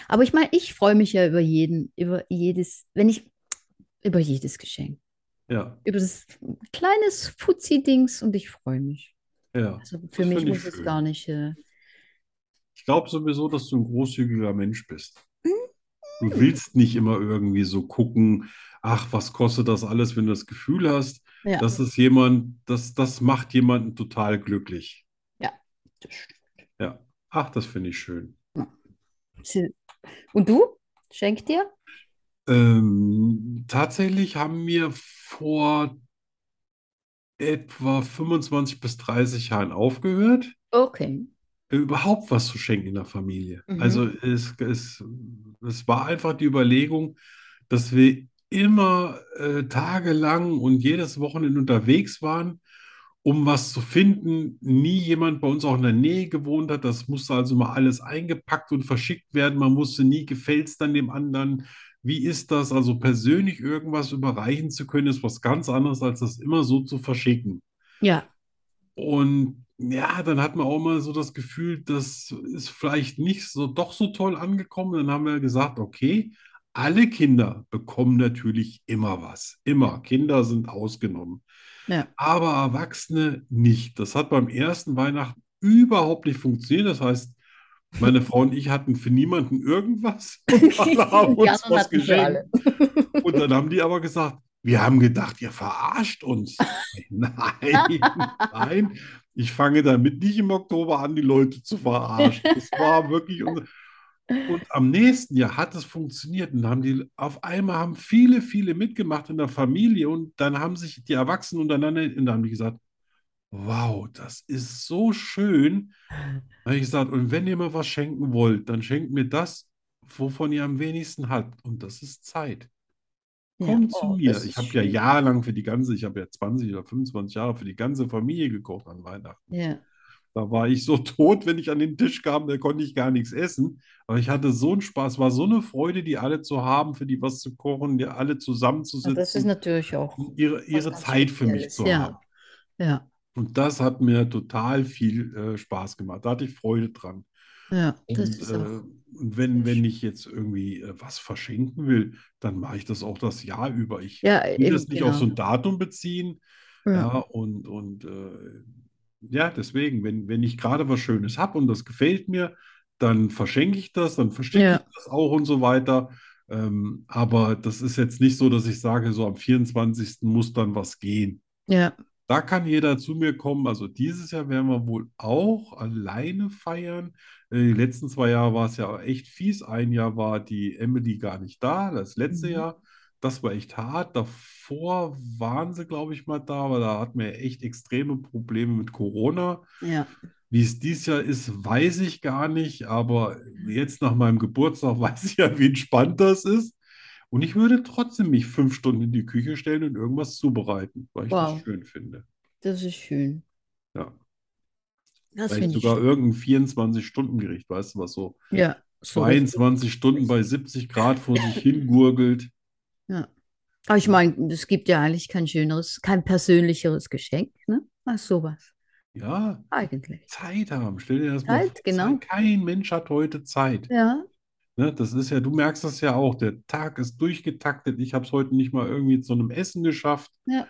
A: Aber ich meine, ich freue mich ja über jeden, über jedes, wenn ich, über jedes Geschenk.
B: Ja,
A: Über das kleines Fuzzi-Dings und ich freue mich.
B: ja.
A: Also für
B: Das
A: mich
B: finde ich
A: muss es
B: schön.
A: gar nicht. Äh,
B: Ich glaube sowieso, dass du ein großzügiger Mensch bist. Du willst nicht immer irgendwie so gucken, ach, was kostet das alles, wenn du das Gefühl hast,
A: ja,
B: dass es jemand, das, das macht jemanden total glücklich.
A: das stimmt.
B: Ja. Ach, das finde ich schön.
A: Sie- Und du? Schenk dir?
B: Ähm, tatsächlich haben mir vor etwa 25 bis 30 Jahren aufgehört,
A: Okay.
B: überhaupt was zu schenken in der Familie.
A: Mhm.
B: Also es, es, es war einfach die Überlegung, dass wir immer äh, tagelang und jedes Wochenende unterwegs waren um was zu finden, nie jemand bei uns auch in der Nähe gewohnt hat. Das musste also mal alles eingepackt und verschickt werden. Man wusste nie, gefällt es dann dem anderen. Wie ist das? Also persönlich irgendwas überreichen zu können, ist was ganz anderes, als das immer so zu verschicken.
A: Ja.
B: Und ja, dann hat man auch mal so das Gefühl, das ist vielleicht nicht so, doch so toll angekommen. Dann haben wir gesagt, okay, alle Kinder bekommen natürlich immer was. Immer. Kinder sind ausgenommen.
A: Ja.
B: Aber Erwachsene nicht. Das hat beim ersten Weihnachten überhaupt nicht funktioniert. Das heißt, meine Frau und ich hatten für niemanden irgendwas. Und alle haben
A: Die
B: uns
A: anderen
B: was
A: hatten für
B: geschenkt.
A: alle.
B: Und dann haben die aber gesagt, wir haben gedacht, ihr verarscht uns. Nein, nein, ich fange damit nicht im Oktober an, die Leute zu verarschen. Das war wirklich unser. Und am nächsten Jahr hat es funktioniert und haben die auf einmal haben viele, viele mitgemacht in der Familie und dann haben sich die Erwachsenen untereinander und dann haben die gesagt, wow, das ist so schön. Dann habe ich gesagt, und wenn ihr mal was schenken wollt, dann schenkt mir das, wovon ihr am wenigsten habt und das ist Zeit.
A: Ja,
B: Kommt zu
A: oh,
B: mir.
A: das
B: Ich
A: ist
B: habe ja
A: schön.
B: jahrelang für die ganze, ich habe ja 20 oder 25 Jahre für die ganze Familie gekocht an Weihnachten.
A: Ja.
B: Da war ich so tot, wenn ich an den Tisch kam, da konnte ich gar nichts essen. Aber ich hatte so einen Spaß, war so eine Freude, die alle zu haben, für die was zu kochen, die alle
A: Also Das ist
B: zusammenzusitzen
A: natürlich auch.
B: und ihre, um ihre
A: ganz
B: Zeit für mich
A: Spezielles,
B: zu
A: ja.
B: haben.
A: Ja,
B: Und das hat mir total viel äh, Spaß gemacht. Da hatte ich Freude dran.
A: ja, das
B: Und
A: ist auch.
B: äh, wenn, wenn ich jetzt irgendwie äh, was verschenken will, dann mache ich das auch das Jahr über. Ich
A: Ja,
B: will
A: eben,
B: das nicht
A: genau.
B: auf so ein Datum beziehen.
A: ja.
B: Ja, und, und äh, ja, deswegen, wenn, wenn ich gerade was Schönes habe und das gefällt mir, dann verschenke ich das, dann verstecke
A: Ja.
B: ich das auch und so weiter. Ähm, aber das ist jetzt nicht so, dass ich sage, so am 24. muss dann was gehen.
A: ja.
B: Da kann jeder zu mir kommen. Also dieses Jahr werden wir wohl auch alleine feiern. Äh, die letzten zwei Jahre war es ja echt fies. Ein Jahr war die Emily gar nicht da, das letzte
A: Mhm.
B: Jahr. Das war echt hart. Davor waren sie, glaube ich, mal da, aber da hatten wir echt extreme Probleme mit Corona.
A: ja.
B: Wie es dieses Jahr ist, weiß ich gar nicht, aber jetzt nach meinem Geburtstag weiß ich ja, wie entspannt das ist. Und ich würde trotzdem mich fünf Stunden in die Küche stellen und irgendwas zubereiten, weil ich das
A: Wow.
B: schön finde.
A: Das ist schön.
B: Ja.
A: Das
B: Vielleicht
A: finde ich.
B: sogar irgendein 24-Stunden-Gericht, weißt du was, so
A: schön. Ja, so richtig.
B: 22 Stunden bei 70 Grad vor sich hingurgelt.
A: Aber ich meine, es gibt ja eigentlich kein schöneres, kein persönlicheres Geschenk, ne? Als sowas.
B: Ja,
A: Eigentlich.
B: Zeit haben, stell dir das mal
A: Zeit,
B: vor.
A: genau.
B: Zeit. Kein Mensch hat heute Zeit.
A: Ja,
B: Ne? Das ist ja, du merkst das ja auch, der Tag ist durchgetaktet. Ich habe es heute nicht mal irgendwie zu einem Essen geschafft.
A: ja,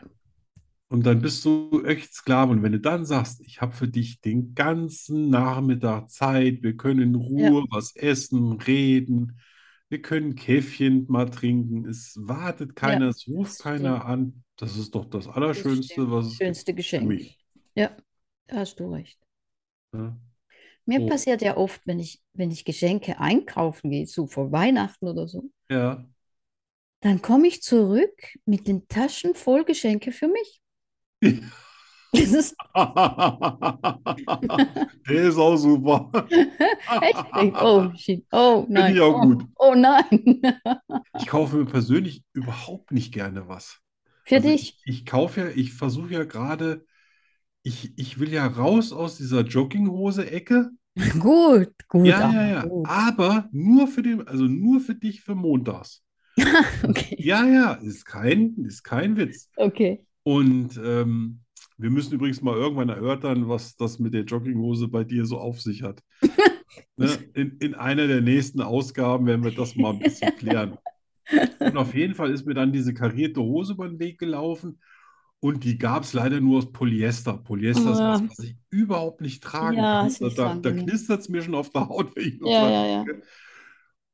B: Und dann bist du echt Sklave. Und wenn du dann sagst, ich habe für dich den ganzen Nachmittag Zeit, wir können in Ruhe was essen, reden, wir können Käffchen mal trinken, es wartet keiner, es ruft
A: das
B: keiner an. Das ist doch das Allerschönste,
A: stimmt.
B: was es
A: schönste Geschenk.
B: mich.
A: Ja, da hast du recht.
B: gibt. ne?
A: Mir
B: Oh.
A: passiert ja oft, wenn ich, wenn ich Geschenke einkaufen gehe, so vor Weihnachten oder so,
B: Ja,
A: dann komme ich zurück mit den Taschen voll Geschenke für mich. Das ist
B: der ist auch super.
A: echt. Ich denk, Oh, shit. Oh, nein.
B: ich auch
A: oh,
B: gut.
A: Oh nein.
B: Ich kaufe mir persönlich überhaupt nicht gerne was.
A: Für
B: Also
A: dich.
B: Ich, ich kaufe ja, ich versuche ja gerade, ich, ich will ja raus aus dieser Jogginghose-Ecke.
A: Gut, gut.
B: Ja,
A: aber
B: ja, ja.
A: gut.
B: Aber nur für den, also nur für dich für montags.
A: Okay,
B: Ja, ja, ist kein, ist kein Witz.
A: okay.
B: Und ähm, wir müssen übrigens mal irgendwann erörtern, was das mit der Jogginghose bei dir so auf sich hat. Ne? In, in einer der nächsten Ausgaben werden wir das mal ein bisschen klären. Und auf jeden Fall ist mir dann diese karierte Hose über den Weg gelaufen und die gab es leider nur aus Polyester. Polyester ist
A: Ah.
B: was, was ich überhaupt nicht tragen
A: Ja,
B: kann.
A: ist nicht so
B: Da, da, da
A: angenehm.
B: knistert es mir schon auf der Haut, wenn ich nur
A: Ja,
B: dran
A: ja, ja.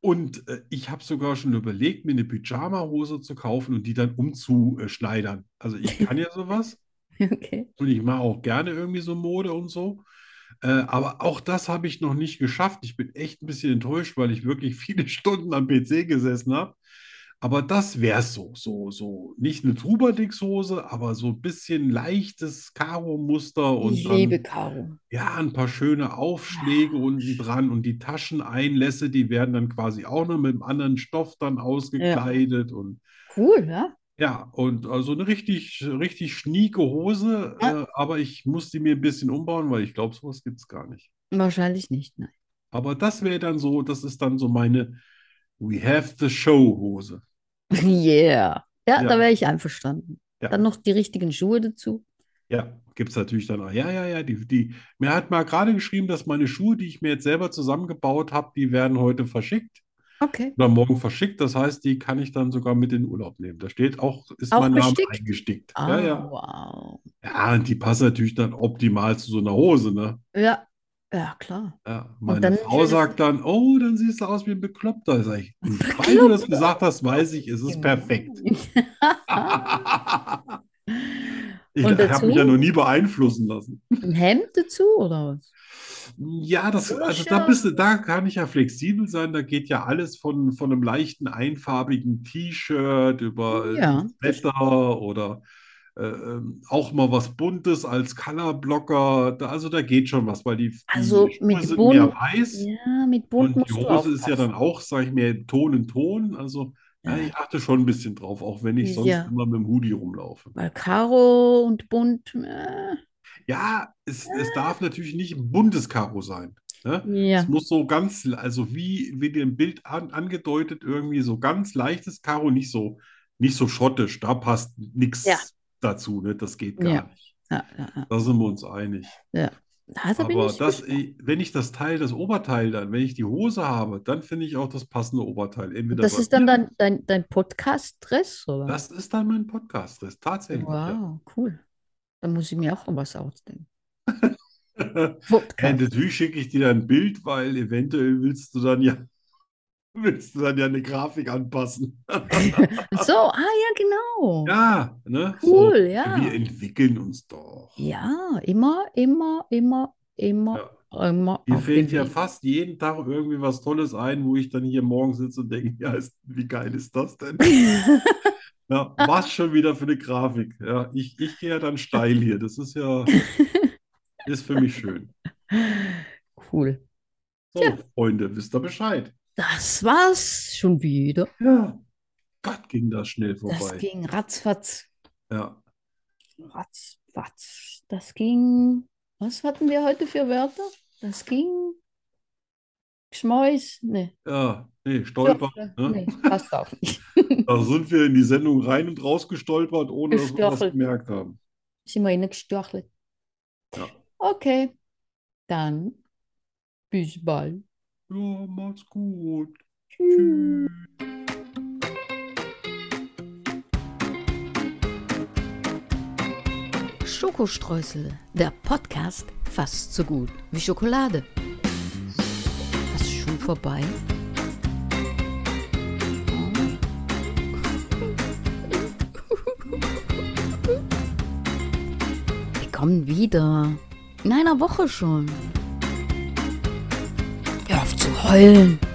B: und äh, ich habe sogar schon überlegt, mir eine Pyjama-Hose zu kaufen und die dann umzuschneidern. Also ich kann ja sowas
A: Okay.
B: und ich mache auch gerne irgendwie so Mode und so. Äh, aber auch das habe ich noch nicht geschafft. Ich bin echt ein bisschen enttäuscht, weil ich wirklich viele Stunden am PC gesessen habe. Aber das wäre so, so, so nicht eine Trubadix-Hose, aber so ein bisschen leichtes Karo-Muster und
A: Ich
B: dann
A: liebe Karo.
B: ja, ein paar schöne Aufschläge unten dran und die Tascheneinlässe, die werden dann quasi auch noch mit einem anderen Stoff dann ausgekleidet und
A: Cool, ja?
B: Ja, und also eine richtig, richtig schnieke Hose,
A: Ja.
B: äh, aber ich musste mir ein bisschen umbauen, weil ich glaube, sowas gibt es gar nicht.
A: Wahrscheinlich nicht, nein.
B: Aber das wäre dann so, das ist dann so meine We have the show Hose.
A: Yeah. Ja,
B: Ja.
A: da wäre ich einverstanden.
B: Ja.
A: Dann noch die richtigen Schuhe dazu.
B: Ja, gibt es natürlich dann auch. Ja, ja, ja, die, die, mir hat mal gerade geschrieben, dass meine Schuhe, die ich mir jetzt selber zusammengebaut habe, die werden heute verschickt
A: Okay.
B: oder morgen verschickt. Das heißt, die kann ich dann sogar mit in den Urlaub nehmen. Da steht auch, ist
A: Auch
B: mein Name
A: bestickt?
B: eingestickt.
A: Ah,
B: Ja, ja.
A: wow.
B: Ja, und die passt natürlich dann optimal zu so einer Hose, ne?
A: Ja, ja, klar.
B: Ja, Äh, meine
A: dann
B: Frau
A: schönes-
B: sagt dann, oh, dann siehst du aus wie ein Bekloppter. Sag ich, "Hm, weil du das gesagt hast, weiß ich, es ist
A: Genau.
B: perfekt. Ich
A: Und
B: habe mich
A: dazu?
B: ja noch nie beeinflussen lassen.
A: Ein Hemd dazu oder was?
B: Ja, das,
A: Oh,
B: also da
A: Poloshirt.
B: bist du, da kann ich ja flexibel sein. Da geht ja alles von, von einem leichten, einfarbigen T-Shirt über äh,
A: Oh, Ja, das
B: das Wetter oder äh, ähm, auch mal was Buntes als Colorblocker. Da, also da geht schon was, weil die, die
A: Also
B: Schuhe
A: mit
B: sind mehr
A: Bunt-
B: weiß.
A: Ja, mit Bunt
B: Und
A: musst
B: die
A: du
B: Hose ist ja dann
A: aufpassen.
B: auch, sag ich mir, Ton in Ton. Also, ja,
A: Ja.
B: ich achte schon ein bisschen drauf, auch wenn ich sonst
A: Ja.
B: immer mit dem Hoodie rumlaufe.
A: Weil Karo und Bunt. Äh,
B: Ja, es, es darf natürlich nicht ein buntes Karo sein. Ne?
A: ja,
B: Es muss so ganz, also wie, wie dem Bild an, angedeutet, irgendwie so ganz leichtes Karo, nicht so, nicht so schottisch. Da passt nichts
A: Ja.
B: dazu, ne? Das geht gar
A: Ja.
B: nicht.
A: ja, ja, ja.
B: Da sind wir uns einig.
A: Na, da Also bin
B: Aber
A: ich
B: das,
A: gespannt.
B: ich- wenn ich das Teil, das Oberteil dann, wenn ich die Hose habe, dann finde ich auch das passende Oberteil.
A: Und
B: Entweder
A: das
B: bei
A: ist dann
B: mir-
A: dein, dein, dein Podcast-Dress, oder?
B: Das ist dann mein Podcast-Riss, tatsächlich. Ja.
A: Wow, cool. Dann muss ich mir auch noch was ausdenken. Podcast.
B: Äh, natürlich schicke ich dir dann ein Bild, weil eventuell willst du dann ja, willst du dann ja eine Grafik anpassen.
A: So, ah ja, genau.
B: Ja, ne?
A: Cool,
B: so,
A: ja.
B: Wir entwickeln uns doch.
A: Ja, immer, immer, immer, immer, immer
B: Mir
A: auf
B: fällt
A: dem
B: ja
A: Weg.
B: fast jeden Tag irgendwie was Tolles ein, wo ich dann hier morgen sitze und denke, ja, ist, wie geil ist das denn? Ja, was schon wieder für eine Grafik. Ja, ich, ich gehe ja dann steil hier. Das ist ja, ist für mich schön.
A: Cool.
B: So, Freunde, wisst ihr Bescheid.
A: Das war's schon wieder.
B: Ja, Gott, ging das schnell
A: Das
B: vorbei.
A: ging ratzfatz.
B: Ja,
A: Ratzfatz. Das ging. Was hatten wir heute für Wörter? Das ging. Schmeiß. Nee.
B: ja, nee, stolpern. Ne?
A: Nee, passt auch nicht.
B: Da sind wir in die Sendung rein und raus gestolpert, ohne dass wir was
A: Gestochelt.
B: gemerkt haben.
A: Sind wir hineingestörchelt.
B: Ja.
A: Okay. Dann. Bis bald.
B: Ja, macht's gut.
A: Tschüss.
C: Schokostreusel, der Podcast fast so gut wie Schokolade. Was ist schon vorbei? Wir kommen wieder. In einer Woche schon. Hör auf zu heulen.